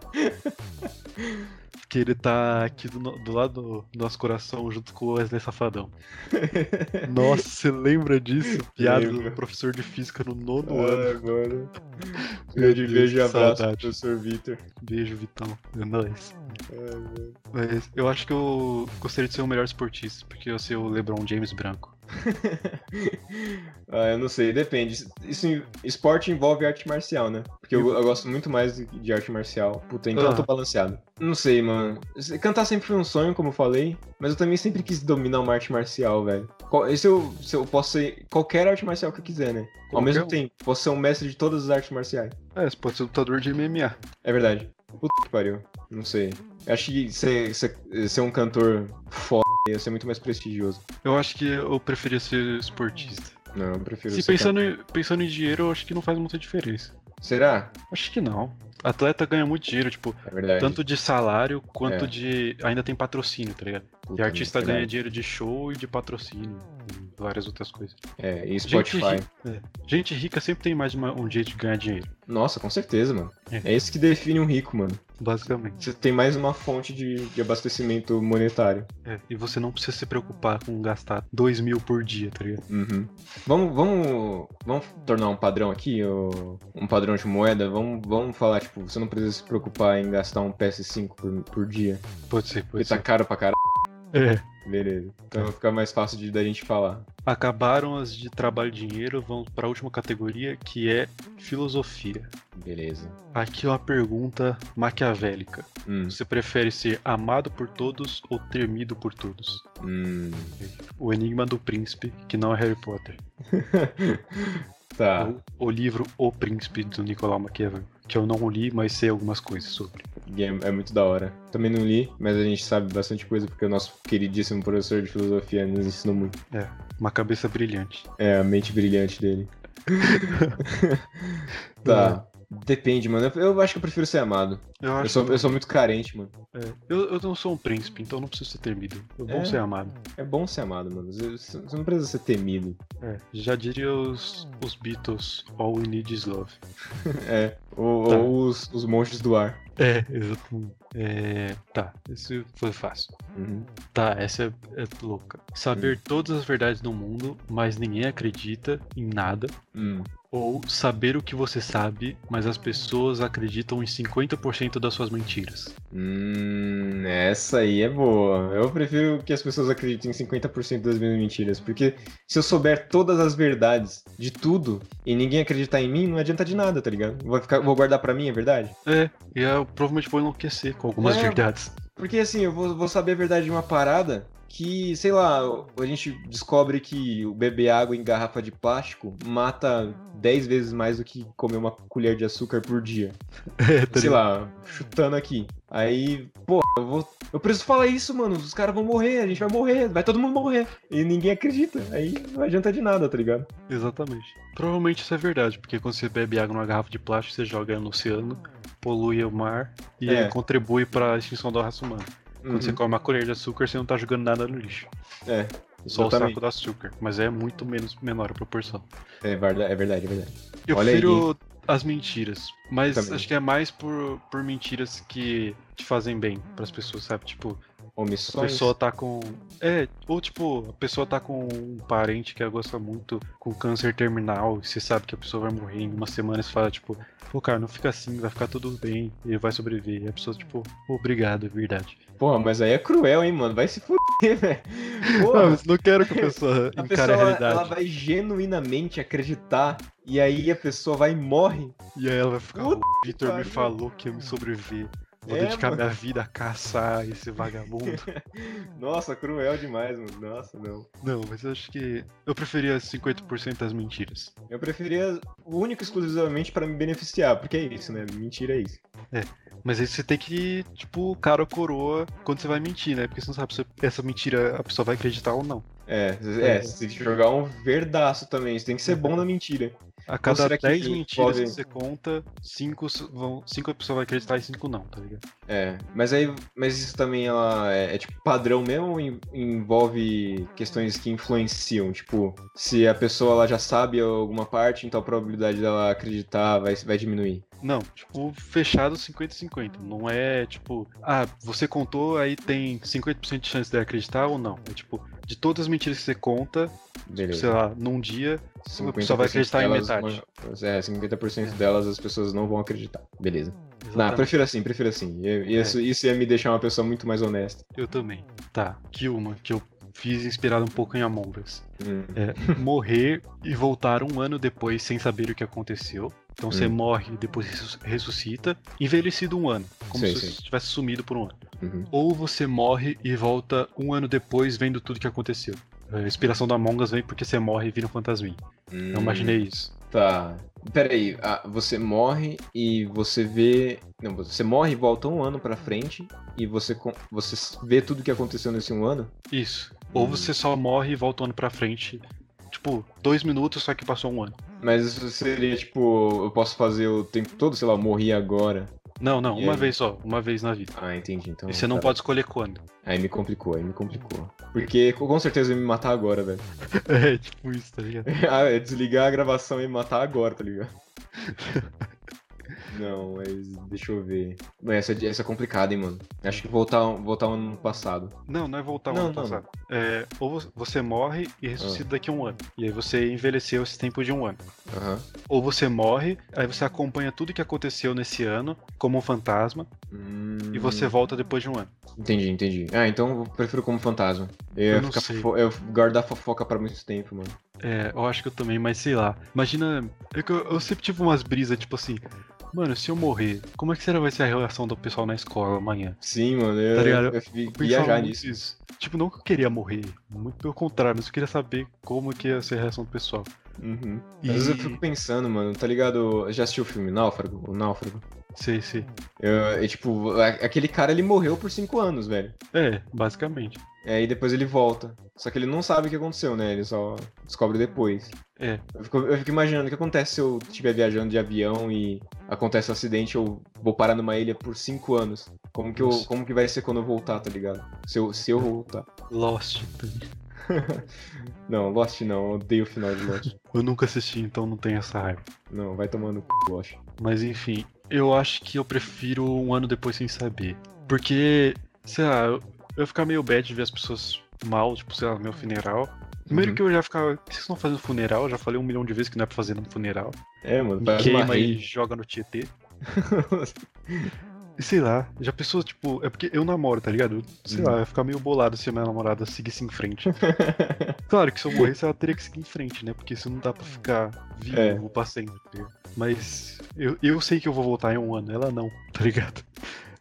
Que ele tá aqui do, no- do lado do nosso coração junto com o Wesley Safadão. Nossa, você lembra disso? Piada do
Lembro.
professor de física no nono ano.
Ah, mano.
Meu
Grande
Deus,
beijo e
que
abraço,
saudade.
professor É. Vitor.
Beijo, Vitão. É nóis.
Ai, mano.
Mas eu acho que eu gostaria de ser o melhor esportista, porque eu sei o LeBron James branco.
Ah, eu não sei, depende. Isso, em- esporte envolve arte marcial, né? Porque eu, eu gosto muito mais de- de arte marcial. Puta, então
Ah.
eu tô balanceado. Não sei, mano. Se- Cantar sempre foi um sonho, como eu falei, mas eu também sempre quis dominar uma arte marcial, velho. Qual- Esse eu, se eu posso ser qualquer arte marcial que eu quiser, né? Ao
Qualquer
mesmo
um.
tempo, posso ser um mestre de todas as artes marciais.
É, você pode ser lutador de MMA.
É verdade. Puta que pariu. Não sei. Eu acho que ser, ser, ser um cantor foda ia ser muito mais prestigioso.
Eu acho que eu preferia ser esportista.
Não, eu é prefiro
Se
ser
pensando em, pensando em dinheiro, eu acho que não faz muita diferença.
can- Será?
Acho que não. Atleta ganha muito dinheiro, tipo,
É verdade.
tanto de salário quanto
É.
de. Ainda tem patrocínio, tá ligado?
Puta,
E
é
artista
verdade.
ganha dinheiro de show e de patrocínio. E várias outras coisas.
É, e
Gente é.
Spotify.
Gente rica sempre tem mais de uma- um jeito de ganhar dinheiro,
Nossa, com certeza, mano.
É.
É. isso que define um rico, mano.
basicamente.
Você tem mais uma fonte de, de abastecimento monetário.
É, e você não precisa se preocupar com gastar dois mil por dia, tá ligado?
Uhum. Vamos, vamos, vamos tornar um padrão aqui, ô- um padrão de moeda. Vamos, vamos falar, tipo, você não precisa se preocupar em gastar um PS5 por, por dia.
Pode ser,
Porque
pode
tá
ser.
caro pra caralho.
É.
Beleza. Então fica mais fácil de, da gente falar.
Acabaram as de trabalho e dinheiro, vamos para a última categoria que é filosofia.
Beleza.
Aqui é uma pergunta maquiavélica.
Hum,
Você prefere ser amado por todos ou temido por todos?
hum.
O Enigma do Príncipe, que não é Harry Potter.
Tá.
Ou o livro O Príncipe do Nicolau Maquiavel, que eu não li, mas sei algumas coisas sobre.
E É, é muito da hora. Também não li, mas a gente sabe bastante coisa porque o nosso queridíssimo professor de filosofia nos ensinou muito.
Uma cabeça brilhante.
É, a mente brilhante dele. tá. Depende, mano. Eu, eu acho que eu prefiro ser amado.
Eu
Eu
É. acho
sou, eu sou muito carente, mano.
É, Eu, eu não sou um príncipe, então não preciso ser temido. É bom
É.
ser amado.
É bom ser amado, mano. Você você não precisa ser temido.
Já diria os, os Beatles, All We Need Is Love.
É. Ou,
Tá.
ou os, os monstros do ar.
É, exato. É, tá, isso foi fácil. Tá, essa é, é louca. Saber todas as verdades do mundo, mas ninguém acredita em nada.
Hum.
Ou saber o que você sabe, mas as pessoas acreditam em 50% das suas mentiras.
Hum, essa aí é boa. Eu prefiro que as pessoas acreditem em 50% das minhas mentiras, porque se eu souber todas as verdades de tudo e ninguém acreditar em mim, não adianta de nada, tá ligado? Vou, ficar, vou guardar pra mim, é verdade?
É, e eu provavelmente vou enlouquecer com algumas
É.
verdades.
Porque assim, eu vou, vou saber a verdade de uma parada que, sei lá, a gente descobre que o beber água em garrafa de plástico mata 10 vezes mais do que comer uma colher de açúcar por dia. sei lá, chutando aqui. Aí, pô, eu, vou... eu preciso falar isso, mano. Os caras vão morrer, a gente vai morrer, vai todo mundo morrer. E ninguém acredita. Aí não adianta de nada, tá ligado?
Exatamente. Provavelmente isso é verdade, porque quando você bebe água numa garrafa de plástico, você joga ela no oceano, polui o mar e
É.
contribui para a extinção da raça humana. Quando você come uma colher de açúcar, você não tá jogando nada no lixo.
Uhum. É.
Só o
Exatamente.
saco do açúcar. Mas é muito menos menor a proporção.
É verdade, é verdade, é verdade.
Eu
Olha aí.
prefiro as mentiras. Mas
Também.
acho que é mais por, por mentiras que te fazem bem pras pessoas, sabe? Tipo, a
Omissões.
pessoa tá com. É, ou tipo, a pessoa tá com um parente que ela gosta muito com câncer terminal. E você sabe que a pessoa vai morrer em uma semana e você fala, tipo, pô, cara, não fica assim, vai ficar tudo bem e vai sobreviver. E a pessoa, tipo, obrigado, é verdade.
Porra, mas aí é cruel, hein, mano. Vai se fuder, velho.
Não,
Porra,
mas não quero que a pessoa
a
encare
pessoa
a
ela,
realidade.
ela vai genuinamente acreditar. E aí a pessoa vai e morre.
E aí ela vai ficar,
Puta
o Victor me
pariu.
falou que ia me sobreviver. Vou
É,
dedicar
mano.
minha vida a caçar esse vagabundo.
Nossa, cruel demais, mano. Nossa, não.
Não, mas eu acho que eu preferia 50% das mentiras.
Eu preferia o único e exclusivamente pra me beneficiar, porque é isso, né? Mentira é isso.
Mas aí você tem que, tipo, cara ou coroa quando você vai mentir, né? Porque você não sabe se essa mentira a pessoa vai acreditar ou não.
É,
É.
é, você tem que jogar um verdaço também, você tem que ser bom na mentira.
A cada
Então, será que
10 mentiras
envolve-
que você conta, 5 vão, cinco a pessoa vai acreditar e 5 não, tá ligado?
É, mas aí, mas isso também ela é, é, tipo padrão mesmo ou em- envolve questões que influenciam? Tipo, se a pessoa ela já sabe alguma parte, então a probabilidade dela acreditar vai, vai diminuir.
Não, tipo, fechado 50-50. Não é tipo, ah, você contou, aí tem 50% de chance de acreditar ou não. É tipo, de todas as mentiras que você conta, sei
Beleza.
lá, num dia, a pessoa vai
50%
acreditar em
delas
metade.
vão- é, 50% delas as pessoas não vão acreditar. Beleza. Não,
Exatamente.
prefiro assim, prefiro assim. E- e
É.
Isso, isso ia me deixar uma pessoa muito mais honesta.
Eu também. Tá, que uma que eu fiz inspirado um pouco em Among Us.
Hum.
Morrer e voltar um ano depois sem saber o que aconteceu. Então você
Hum.
morre e depois ressus- ressuscita. Envelhecido um ano. Como
Sei,
se
sei.
você tivesse sumido por um ano.
Uhum.
Ou você morre e volta um ano depois vendo tudo que aconteceu. A inspiração da Among Us vem porque você morre e vira um fantasminha.
Hum.
Eu imaginei isso.
Tá. Peraí, ah, você morre e você vê. Não, você morre e volta um ano pra frente e você, con- você s- vê tudo que aconteceu nesse um ano?
Isso. Ou
Hum.
você só morre e volta um ano pra frente. Tipo, dois minutos, só que passou um ano.
Mas isso seria tipo, eu posso fazer o tempo todo, sei lá, eu morri agora.
Não, não,
E
uma
aí?
vez só. Uma vez na vida.
Ah, entendi. Então.
E você não
tá.
pode escolher quando.
Aí me complicou, aí me complicou. Porque co- com certeza eu ia me matar agora, velho.
É, tipo isso, tá ligado?
Ah, é desligar a gravação e me matar agora, tá ligado? Não, mas deixa eu ver. Essa, é- essa é complicada, hein, mano. Acho que voltar, voltar um ano no passado.
Não, não é voltar um
Não,
ano
não.
passado. É, ou vo- você morre e ressuscita daqui a um ano. E aí você envelheceu esse tempo de um ano.
Aham.
Ou você morre, aí você acompanha tudo que aconteceu nesse ano como um fantasma e você volta depois de um ano.
Entendi, entendi. Ah, então eu prefiro como fantasma. Eu, ia
Eu não
ficar
sei.
fofo- eu guardar fofoca pra muito tempo, mano.
É, eu acho que eu também, mas sei lá. Imagina. é que Eu, eu sempre tive umas brisas, tipo assim. Mano, se eu morrer, como é que será vai ser a relação do pessoal na escola amanhã?
Sim, mano, eu,
Tá ligado?
eu, eu vi-
Eu pensava
viajar
muito
nisso.
Isso. Tipo, não que eu queria morrer, muito pelo contrário, mas eu queria saber como que ia ser a reação do pessoal.
Uhum.
E...
Às vezes eu fico pensando, mano, tá ligado? Já assistiu o filme Náufrago? O Náufrago?
Sei, sei.
Eu, é tipo, a- aquele cara ele morreu por cinco anos, velho.
É, basicamente.
É, e depois ele volta. Só que ele não sabe o que aconteceu, né? Ele só descobre depois.
É.
Eu fico, eu fico imaginando o que acontece se eu estiver viajando de avião e acontece um acidente, eu vou parar numa ilha por cinco anos. Como que, eu,
Nossa.
como que vai ser quando eu voltar, tá ligado? Se eu, se eu voltar.
Lost.
Não, Lost não, eu odeio o final de Lost.
Eu nunca assisti, então não tenho essa raiva.
não, vai tomando c... Lost.
Mas enfim, eu acho que eu prefiro um ano depois sem saber. Porque, sei lá, eu, eu ia ficar meio bad de ver as pessoas mal, tipo, sei lá, no meu funeral. Primeiro
Uhum.
que eu já ficava. O que vocês estão fazendo funeral? Eu já falei um milhão de vezes que não é pra fazer num funeral.
É, mano,
Me
faz uma
queima e
rave.
joga no Tietê. E sei lá, já pensou, tipo, é porque eu namoro, tá ligado? Sei
Uhum.
lá, eu ia ficar meio bolado se a minha namorada seguisse em frente. claro que se eu morresse, ela teria que seguir em frente, né? Porque isso não dá pra ficar vivo
É.
pra sempre. tá ligado? Mas eu, eu sei que eu vou voltar em um ano, ela não, tá ligado?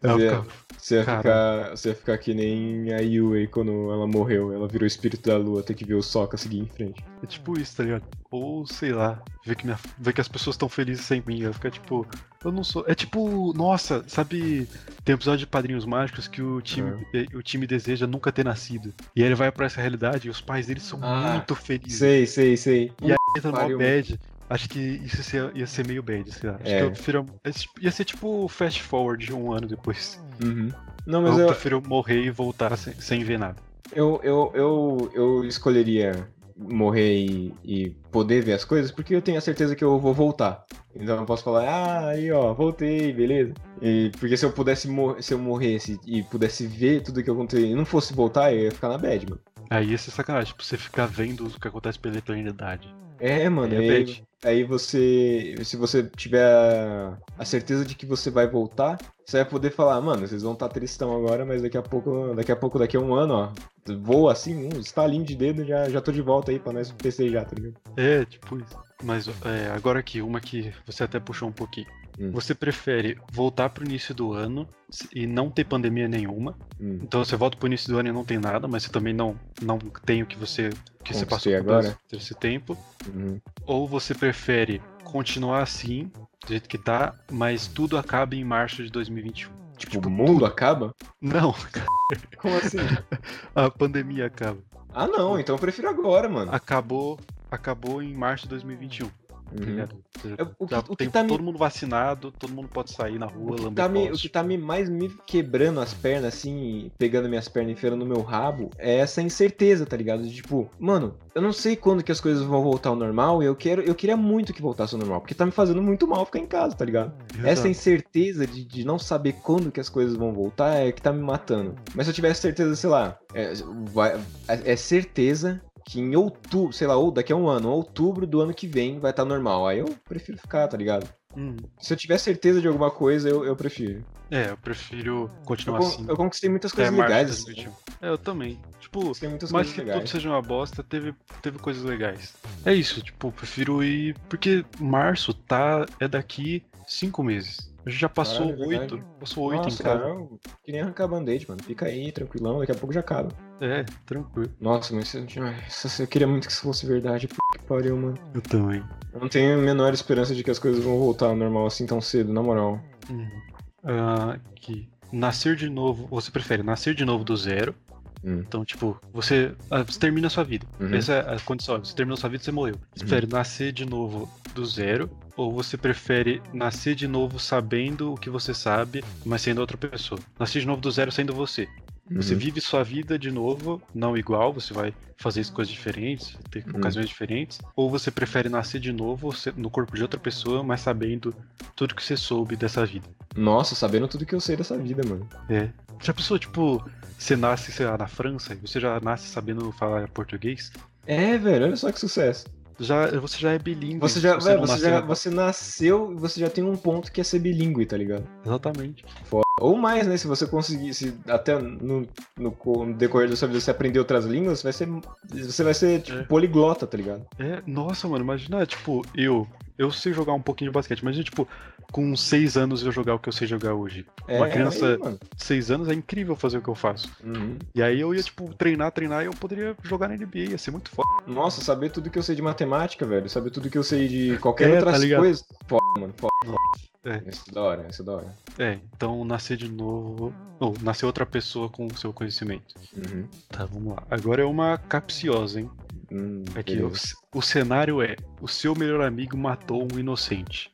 Ela
É.
ficava.
Você ia,
Cara.
ficar, você ia ficar que nem a Yui quando ela morreu. Ela virou espírito da lua, tem que ver o Sokka seguir em frente.
É tipo isso, tá ligado? Ou sei lá, ver que, minha, ver que as pessoas estão felizes sem mim. Ela fica tipo, eu não sou. É tipo, nossa, sabe? Tem um episódio de Padrinhos Mágicos que o time, eh, o time deseja nunca ter nascido. E aí ele vai pra essa realidade e os pais dele são
Ah,
muito felizes.
Sei, sei, sei.
E aí entra no
pariu.
bad. Acho que isso ia ser, ia ser meio bad, sei lá. Acho
É.
que eu prefiro. é tipo- Ia ser tipo fast forward um ano depois.
Uhum. Não, mas
eu
eu,
prefiro morrer e voltar sem, sem ver nada.
eu, eu, eu, eu escolheria morrer e, e poder ver as coisas, porque eu tenho a certeza que eu vou voltar. Então eu posso falar, ah, aí ó, voltei, beleza. E, porque se eu pudesse mor se eu morresse e pudesse ver tudo que aconteceu e não fosse voltar, eu ia ficar na bad, mano.
Aí ia ser sacanagem, tipo, você ficar vendo o que acontece pela eternidade.
É, mano,
Aí é
e aí-
bad.
Aí você, se você tiver a- a certeza de que você vai voltar, você vai poder falar, mano, vocês vão estar tristão agora, mas daqui a pouco, daqui a pouco, daqui a um ano, ó, voa assim, um estalinho de dedo, já, já tô de volta aí pra nós festejar, tá ligado?
É, tipo isso. Mas é, agora aqui, uma que você até puxou um pouquinho.
Hum.
Você prefere voltar pro início do ano e não ter pandemia nenhuma.
Hum.
Então você volta pro início do ano e não tem nada, mas você também não, não tem o que você, que você
Conquistei
passou por
agora.
esse- por esse tempo.
Uhum.
Ou você prefere continuar assim, do jeito que tá, mas tudo acaba em março de 2021.
Tipo, o mundo acaba?
Não,
Como assim?
a pandemia acaba.
ah, não, então eu prefiro agora, mano.
Acabou, acabou em março de 2021. tá
Uhum.
ligado? Você-
Eu- O que,
Dá-
o que
tem
tá me
todo mundo vacinado, todo mundo pode sair na rua,
O que,
lamber
tá me, o
poste.
que tá me mais me quebrando as pernas, assim, pegando minhas pernas e enfiando no meu rabo, é essa incerteza, tá ligado? De, tipo, mano, eu não sei quando que as coisas vão voltar ao normal e eu quero, eu queria muito que voltasse ao normal, porque tá me fazendo muito mal ficar em casa, tá ligado?
Exato.
Essa incerteza de, de não saber quando que as coisas vão voltar é que tá me matando. Mas se eu tivesse certeza, sei lá, é, vai- é- é certeza que em outubro, sei lá, ou daqui a um ano, outubro do ano que vem vai estar normal. Aí eu prefiro ficar, tá ligado?
Hum,
Se eu tiver certeza de alguma coisa, eu, eu prefiro.
É, eu prefiro
Eu,
continuar
con-
assim.
eu conquistei muitas
até
coisas
março de
legais. assim.
2021. É, eu também. Tipo,
Conquistei muitas
mais
coisas
que tudo
legais.
seja uma bosta, teve, teve coisas legais. É isso, tipo, eu prefiro ir. Porque março tá. É daqui cinco meses. A gente já passou
Caralho, é
oito. Passou oito em
Nossa,
casa.
cara, eu queria arrancar band-aid, mano. Fica aí, tranquilão, daqui a pouco já acaba.
É, tranquilo.
Nossa, mas isso, ai, isso- eu queria muito que isso fosse verdade, p que pariu, mano.
Eu também.
Eu não tenho a menor esperança de que as coisas vão voltar ao normal assim tão cedo, na moral.
Uhum. Ah, que nascer de novo, você prefere nascer de novo do zero.
Hum.
Então, tipo, você, ah, você termina a sua vida.
Uhum.
Essa é a condição. Você terminou a sua vida, você morreu. Você
Uhum.
prefere nascer de novo do zero? Ou você prefere nascer de novo sabendo o que você sabe, mas sendo outra pessoa? Nascer de novo do zero sendo você. Você
Uhum.
vive sua vida de novo, não igual, você vai fazer as coisas diferentes, ter
Uhum.
ocasiões diferentes. Ou você prefere nascer de novo se- no corpo de outra pessoa, mas sabendo tudo que você soube dessa vida.
Nossa, sabendo tudo que eu sei dessa vida, mano.
É. Já pensou, tipo, você nasce, sei lá, na França, e você já nasce sabendo falar português?
É, velho, olha só que sucesso.
Já, você já é bilíngue.
Você já,
não
velho, você,
nasceu
já
na-
você nasceu e você já tem um ponto que é ser bilíngue, tá ligado?
Exatamente.
Ou mais, né? Se você conseguir, se até no, no, co- no decorrer da sua vida você aprender outras línguas, vai ser, você vai ser tipo,
É.
poliglota, tá ligado?
É, nossa, mano, imagina, tipo, eu. Eu sei jogar um pouquinho de basquete, mas, tipo, com seis anos eu jogar o que eu sei jogar hoje.
É,
Uma criança-
aí, mano.
Seis anos é incrível fazer o que eu faço.
Uhum.
E aí eu ia, tipo, treinar, treinar e eu poderia jogar na NBA, ia ser muito foda.
Nossa, saber tudo que eu sei de matemática, velho. Saber tudo que eu sei de qualquer
É,
outra
tá ligado?
coisa. Foda, mano. Foda.
É.
Isso é da hora, isso é da hora.
É, então nascer de novo. Ou nascer outra pessoa com o seu conhecimento.
Uhum.
Tá, vamos lá. Agora é uma capciosa, hein?
Hum,
Aqui, É o,
beleza.
o cenário é: o seu melhor amigo matou um inocente.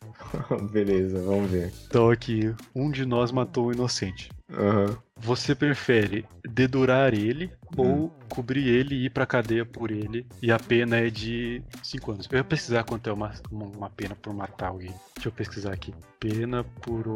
beleza, vamos ver.
Então aqui, um de nós matou um inocente.
Aham.
Você prefere dedurar ele
Hum.
ou cobrir ele e ir pra cadeia por ele? E a pena é de 5 anos. Eu ia pesquisar quanto é uma, uma, uma pena por matar alguém. Deixa eu pesquisar aqui. Pena por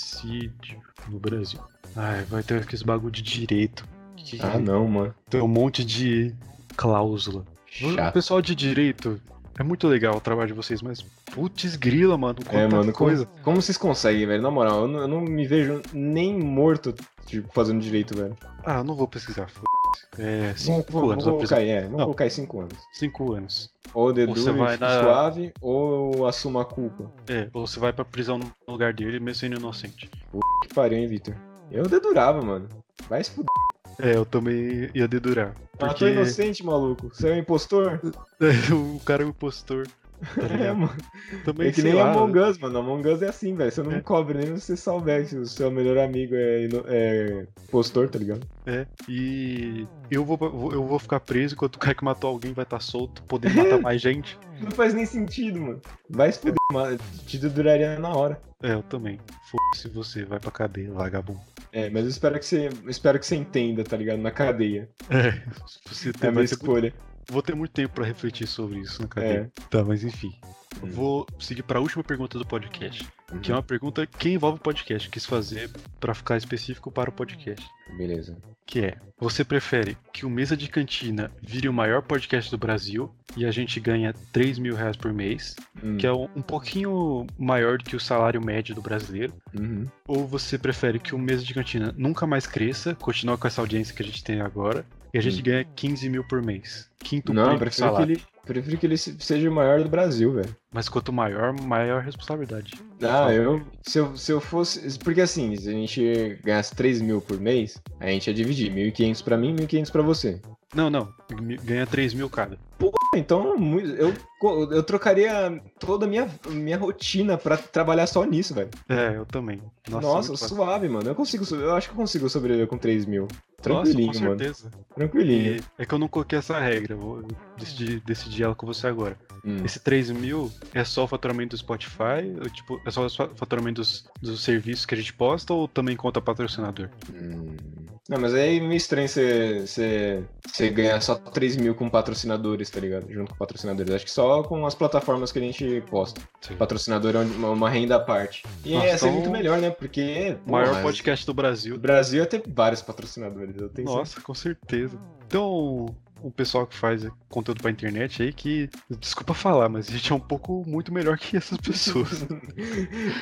homicídio no Brasil. Ai, vai ter aqueles bagulho de direito. Que-
Ah, não, mano.
Tem um monte de cláusula. O
Chato.
pessoal de direito. É muito legal o trabalho de vocês, mas putz grila, mano.
É,
quanta coisa.
mano, coisa. Como, como vocês conseguem, velho? Na moral, eu não, eu não me vejo nem morto, tipo, fazendo direito, velho.
Ah, não vou pesquisar. F... É,
Vamos-
5
vamos-
anos. a
Vamos
prisão.
colocar, aí, é, vamos
Não.
colocar aí cinco anos.
Cinco anos.
Ou
Ou você
deduz
vai na-
suave, ou assuma a culpa.
É, ou você vai pra prisão no lugar dele, mesmo sendo inocente.
Que pariu, hein, Victor? Eu dedurava, mano. Vai se fuder.
É, eu também ia dedurar.
Matou
Porque
Ah, inocente, maluco. Você é um impostor?
o cara é um impostor. Tá
é,
ligado?
mano.
Também,
É que
sei
nem
lá, né?
Among Us, mano. Among Us é assim, velho. Você não
É.
cobre nem se você souber se o seu melhor amigo é, ino- é impostor, tá ligado?
É, e eu vou, vou- eu vou ficar preso enquanto o cara que matou alguém vai estar solto, poder matar mais gente.
Não faz nem sentido, mano. Vai se fuder, mano. Te duraria na hora.
É, eu também. Foda-se você, vai pra cadeia, vagabundo.
É, mas eu espero que você, eu espero que você entenda, tá ligado? Na cadeia.
É, você
É
tem,
a minha
vai ter muito-
escolha.
vou ter muito tempo pra refletir sobre isso na
É.
cadeia. Tá, mas enfim.
Hum.
Vou seguir pra última pergunta do podcast,
Uhum.
que é uma pergunta que envolve o podcast. Quis fazer pra ficar específico para o podcast.
Beleza.
Que é, você prefere que o Mesa de Cantina vire o maior podcast do Brasil e a gente ganha 3 mil reais por mês,
Hum.
que é um, um pouquinho maior do que o salário médio do brasileiro,
Uhum.
ou você prefere que o Mesa de Cantina nunca mais cresça, continua com essa audiência que a gente tem agora, e a gente
Hum.
ganha 15 mil por mês. Quinto
Não, eu
prêmio do
prefiro que,
salário.
ele, prefiro que ele se- seja o maior do Brasil, velho.
Mas quanto maior, maior a responsabilidade.
Ah, eu. Se, eu. se eu fosse. Porque assim, se a gente ganhasse 3 mil por mês, a gente ia dividir 1.500 pra mim e 1.500 pra você.
Não, não. me- Ganha 3 mil cada.
Ah, Então, mu- eu, co- eu trocaria toda a minha, minha rotina pra trabalhar só nisso, velho.
É, eu também. Nossa,
Nossa,
muito fácil.
suave, mano. Eu consigo. so- Eu acho que eu consigo sobreviver com 3 mil.
Nossa,
Tranquilinho,
com
mano.
certeza.
Tranquilinho.
E é que eu não coloquei essa regra, eu vou decidir, decidir ela com você agora.
Hum.
Esse 3 mil é só o faturamento do Spotify? Ou, tipo, é só o fa- faturamento dos, dos serviços que a gente posta ou também conta patrocinador?
Hum. Não, mas aí é meio estranho você- você você ganhar só 3 mil com patrocinadores, tá ligado? Junto com patrocinadores. Acho que só com as plataformas que a gente posta. Patrocinador é uma, uma renda à parte. E
Nossa,
ia ser
então-
muito melhor, né? Porque.
O maior
porra,
podcast do
O
Brasil.
Brasil ia ter vários patrocinadores, eu tenho certeza.
Nossa, com certeza. Então, o pessoal que faz conteúdo pra internet aí que. Desculpa falar, mas a gente é um pouco muito melhor que essas pessoas.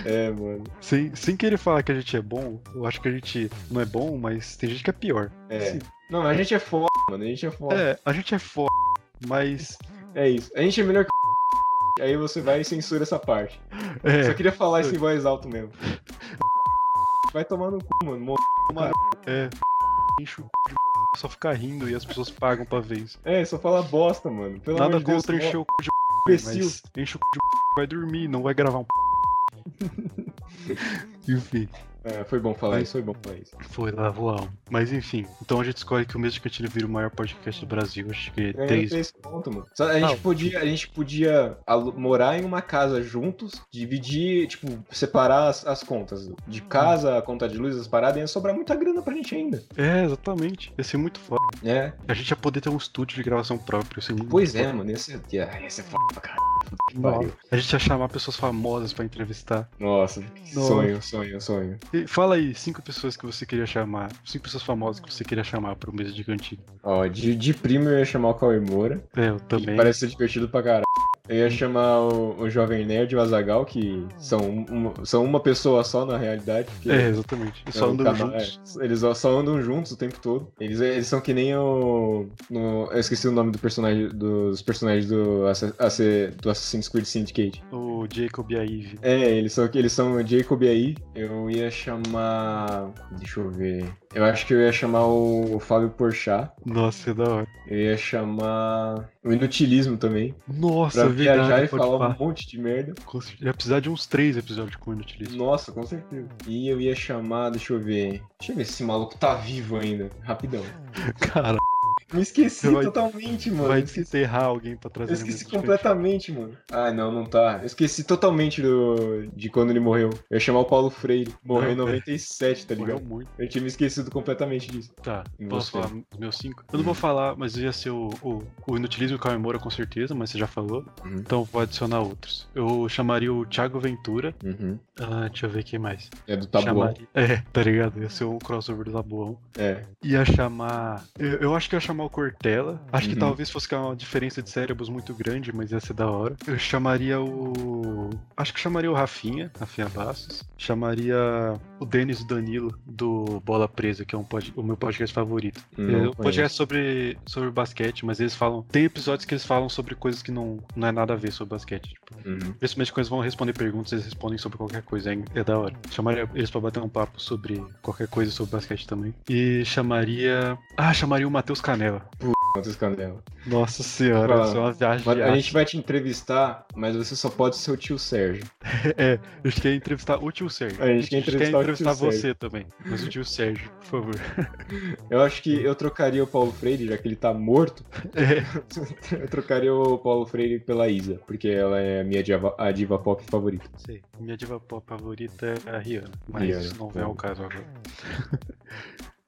É, mano.
sem, sem querer falar que a gente é bom, eu acho que a gente não é bom, mas tem gente que é pior.
É.
Sim.
Não, a gente é foda, mano. A gente é foda.
É, a gente é foda, mas.
É, isso. A gente é melhor que. Aí você vai e censura essa parte.
É,
Só queria falar isso em voz alta mesmo. Vai tomar no cu, mano.
É. Enche o c... de só ficar rindo e as pessoas pagam pra ver isso.
É, só fala bosta, mano. Pelo
Nada
amor de Deus.
contra encher o c... de
imbecil.
mas enche o c... de vai dormir, não vai gravar um c... Enfim,
É, foi bom falar
Vai.
isso, foi bom falar isso.
foi lá voar. Mas enfim, então a gente escolhe que o mês de cantina vira o maior podcast do Brasil. Acho que é
Ganhou
três.
três pontos, É, mano. Só a, gente
Ah.
podia, a gente podia alu- morar em uma casa juntos, dividir, tipo, separar as, as contas de casa, a conta de luz, as paradas, ia sobrar muita grana pra gente ainda.
É, exatamente. Ia ser muito foda.
É.
A gente ia poder ter um estúdio de gravação próprio. ia ser muito
Pois
foda.
é, mano. Ia ser, ia, ia ser foda pra caralho. Que
Nossa.
pariu.
A gente ia chamar pessoas famosas pra entrevistar.
Nossa, sonho, sonho, sonho.
E fala aí, cinco pessoas que você queria chamar. Cinco pessoas famosas que você queria chamar pro mês de cantina.
Ó, de, de primo eu ia chamar o Cauê Moura.
É, eu
que
também.
Parece ser divertido pra caralho. Eu ia chamar o, o Jovem Nerd e o Azagal, que são, um- são uma pessoa só na realidade. porque-
É, exatamente. Eles só
É, o
andam
canal-
juntos.
é, eles só- só andam juntos o tempo todo. Eles, eles são que nem o. no- eu esqueci o nome do personagem, dos personagens do, Assa- Asse- do Assassin's Creed Syndicate.
O Jacob e a Eve.
É, eles são, eles são o Jacob e aí. Eu ia chamar. Deixa eu ver. Eu acho que eu ia chamar o Fábio Porchat.
Nossa, é da hora.
Eu ia chamar. O Inutilismo também.
Nossa, é
Pra
verdade.
viajar e
pode
falar um
falar.
monte de merda.
Com certeza. Ia precisar de uns três episódios com o Inutilismo.
Nossa, com certeza. E eu ia chamar, deixa eu ver. Deixa eu ver se esse maluco tá vivo ainda. Rapidão.
Cara,
Me esqueci
Você vai-
totalmente, mano.
vai
Eu esqueci,
desenterrar alguém pra
eu
trazer no
esqueci
mês de cantina.
completamente, mano. Ah, não, não tá. Eu esqueci totalmente do... de quando ele morreu. Eu ia chamar o Paulo Freire. Morreu em
Não, é.
97, tá
Morreu
ligado?
muito.
Eu tinha me esquecido completamente disso.
Tá,
E
posso
você? Hum.
falar dos meus cinco? Eu não vou falar, mas ia ser o, o, o Inutilismo e o Caio Moura, com certeza, mas você já falou.
Uhum.
Então vou adicionar outros. Eu chamaria o Thiago Ventura. Ah, deixa eu ver quem mais.
Uhum.
tá
É do Tabuão.
um Chamaria- É, tá ligado? Ia ser o crossover do Tabuão.
É.
Ia chamar. Eu, eu acho que ia chamar chamar o Cortella. Acho que
Uhum.
talvez fosse ficar uma diferença de cérebros muito grande, mas ia ser da hora. Eu chamaria o. Acho que chamaria o Rafinha, Rafinha Bastos. Chamaria o Denis Danilo do Bola Presa, que é um pod- o meu podcast favorito.
Não
é um podcast sobre, sobre basquete, mas eles falam. Tem episódios que eles falam sobre coisas que não, não é nada a ver sobre basquete. Tipo,
Uhum.
Principalmente quando eles vão responder perguntas, eles respondem sobre qualquer coisa, é, é da hora. Chamaria eles pra bater um papo sobre qualquer coisa sobre basquete também. E chamaria. Ah, chamaria o Matheus Canela.
Matheus Canela.
Nossa senhora,
Ah,
isso é uma viagem.
Mas
de
A
arte.
gente vai te entrevistar, mas você só pode ser o tio Sérgio.
É, a gente quer entrevistar o tio Sérgio.
A gente quer entrevistar o tio
você
Sérgio.
também. Mas o tio Sérgio, por favor.
Eu acho que eu trocaria o Paulo Freire, já que ele tá morto.
É,
Eu trocaria o Paulo Freire pela Isa, porque ela é a minha diva, a diva pop favorita.
sei. Minha diva pop favorita é a Rihanna. Mas
Rihanna,
isso não
tá.
é o caso agora.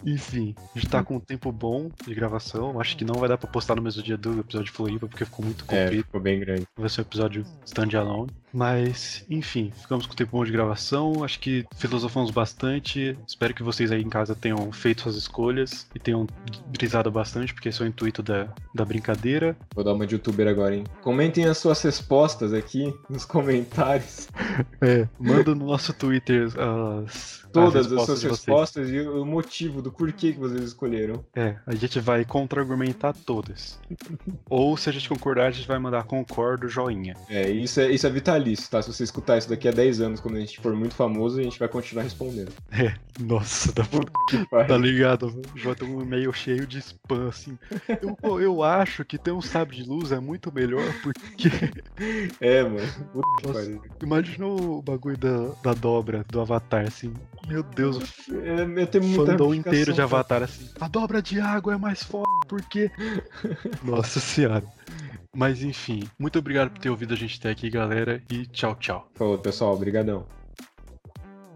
Enfim, a gente tá com um tempo bom de gravação. Acho que não vai dar pra postar no mesmo dia do episódio de Floripa, porque ficou muito
É,
comprido.
ficou bem grande.
Vai ser um episódio standalone. Mas, enfim, ficamos com o tempo bom de gravação. Acho que filosofamos bastante. Espero que vocês aí em casa tenham feito suas escolhas e tenham brisado bastante, porque esse é o intuito da, da brincadeira.
Vou dar uma de youtuber agora, hein? Comentem as suas respostas aqui nos comentários.
É, manda no nosso Twitter as.
Todas as,
respostas
suas
de vocês.
respostas e o motivo do porquê que vocês escolheram.
É, a gente vai contra-argumentar todas. Ou se a gente concordar, a gente vai mandar concordo, joinha.
É, isso é, isso é vitalício, tá? Se você escutar isso daqui a 10 anos, quando a gente for muito famoso, a gente vai continuar respondendo.
Nossa, dá pra
Que pariu.
Tá ligado? Bota um e-mail cheio de spam, assim. Eu, pô, eu acho que ter um sabre de luz é muito melhor, porque.
É, mano. Puta que
Nossa.
pariu.
Imagina o bagulho da, da dobra do Avatar, assim. Meu Deus, o
É, eu tenho muita
fandom inteiro de
aplicação,
Avatar,
cara.
assim. A dobra de água é mais foda, porque. Nossa senhora. Mas enfim, muito obrigado por ter ouvido a gente até aqui, galera, e tchau, tchau.
Falou, pessoal. Obrigadão.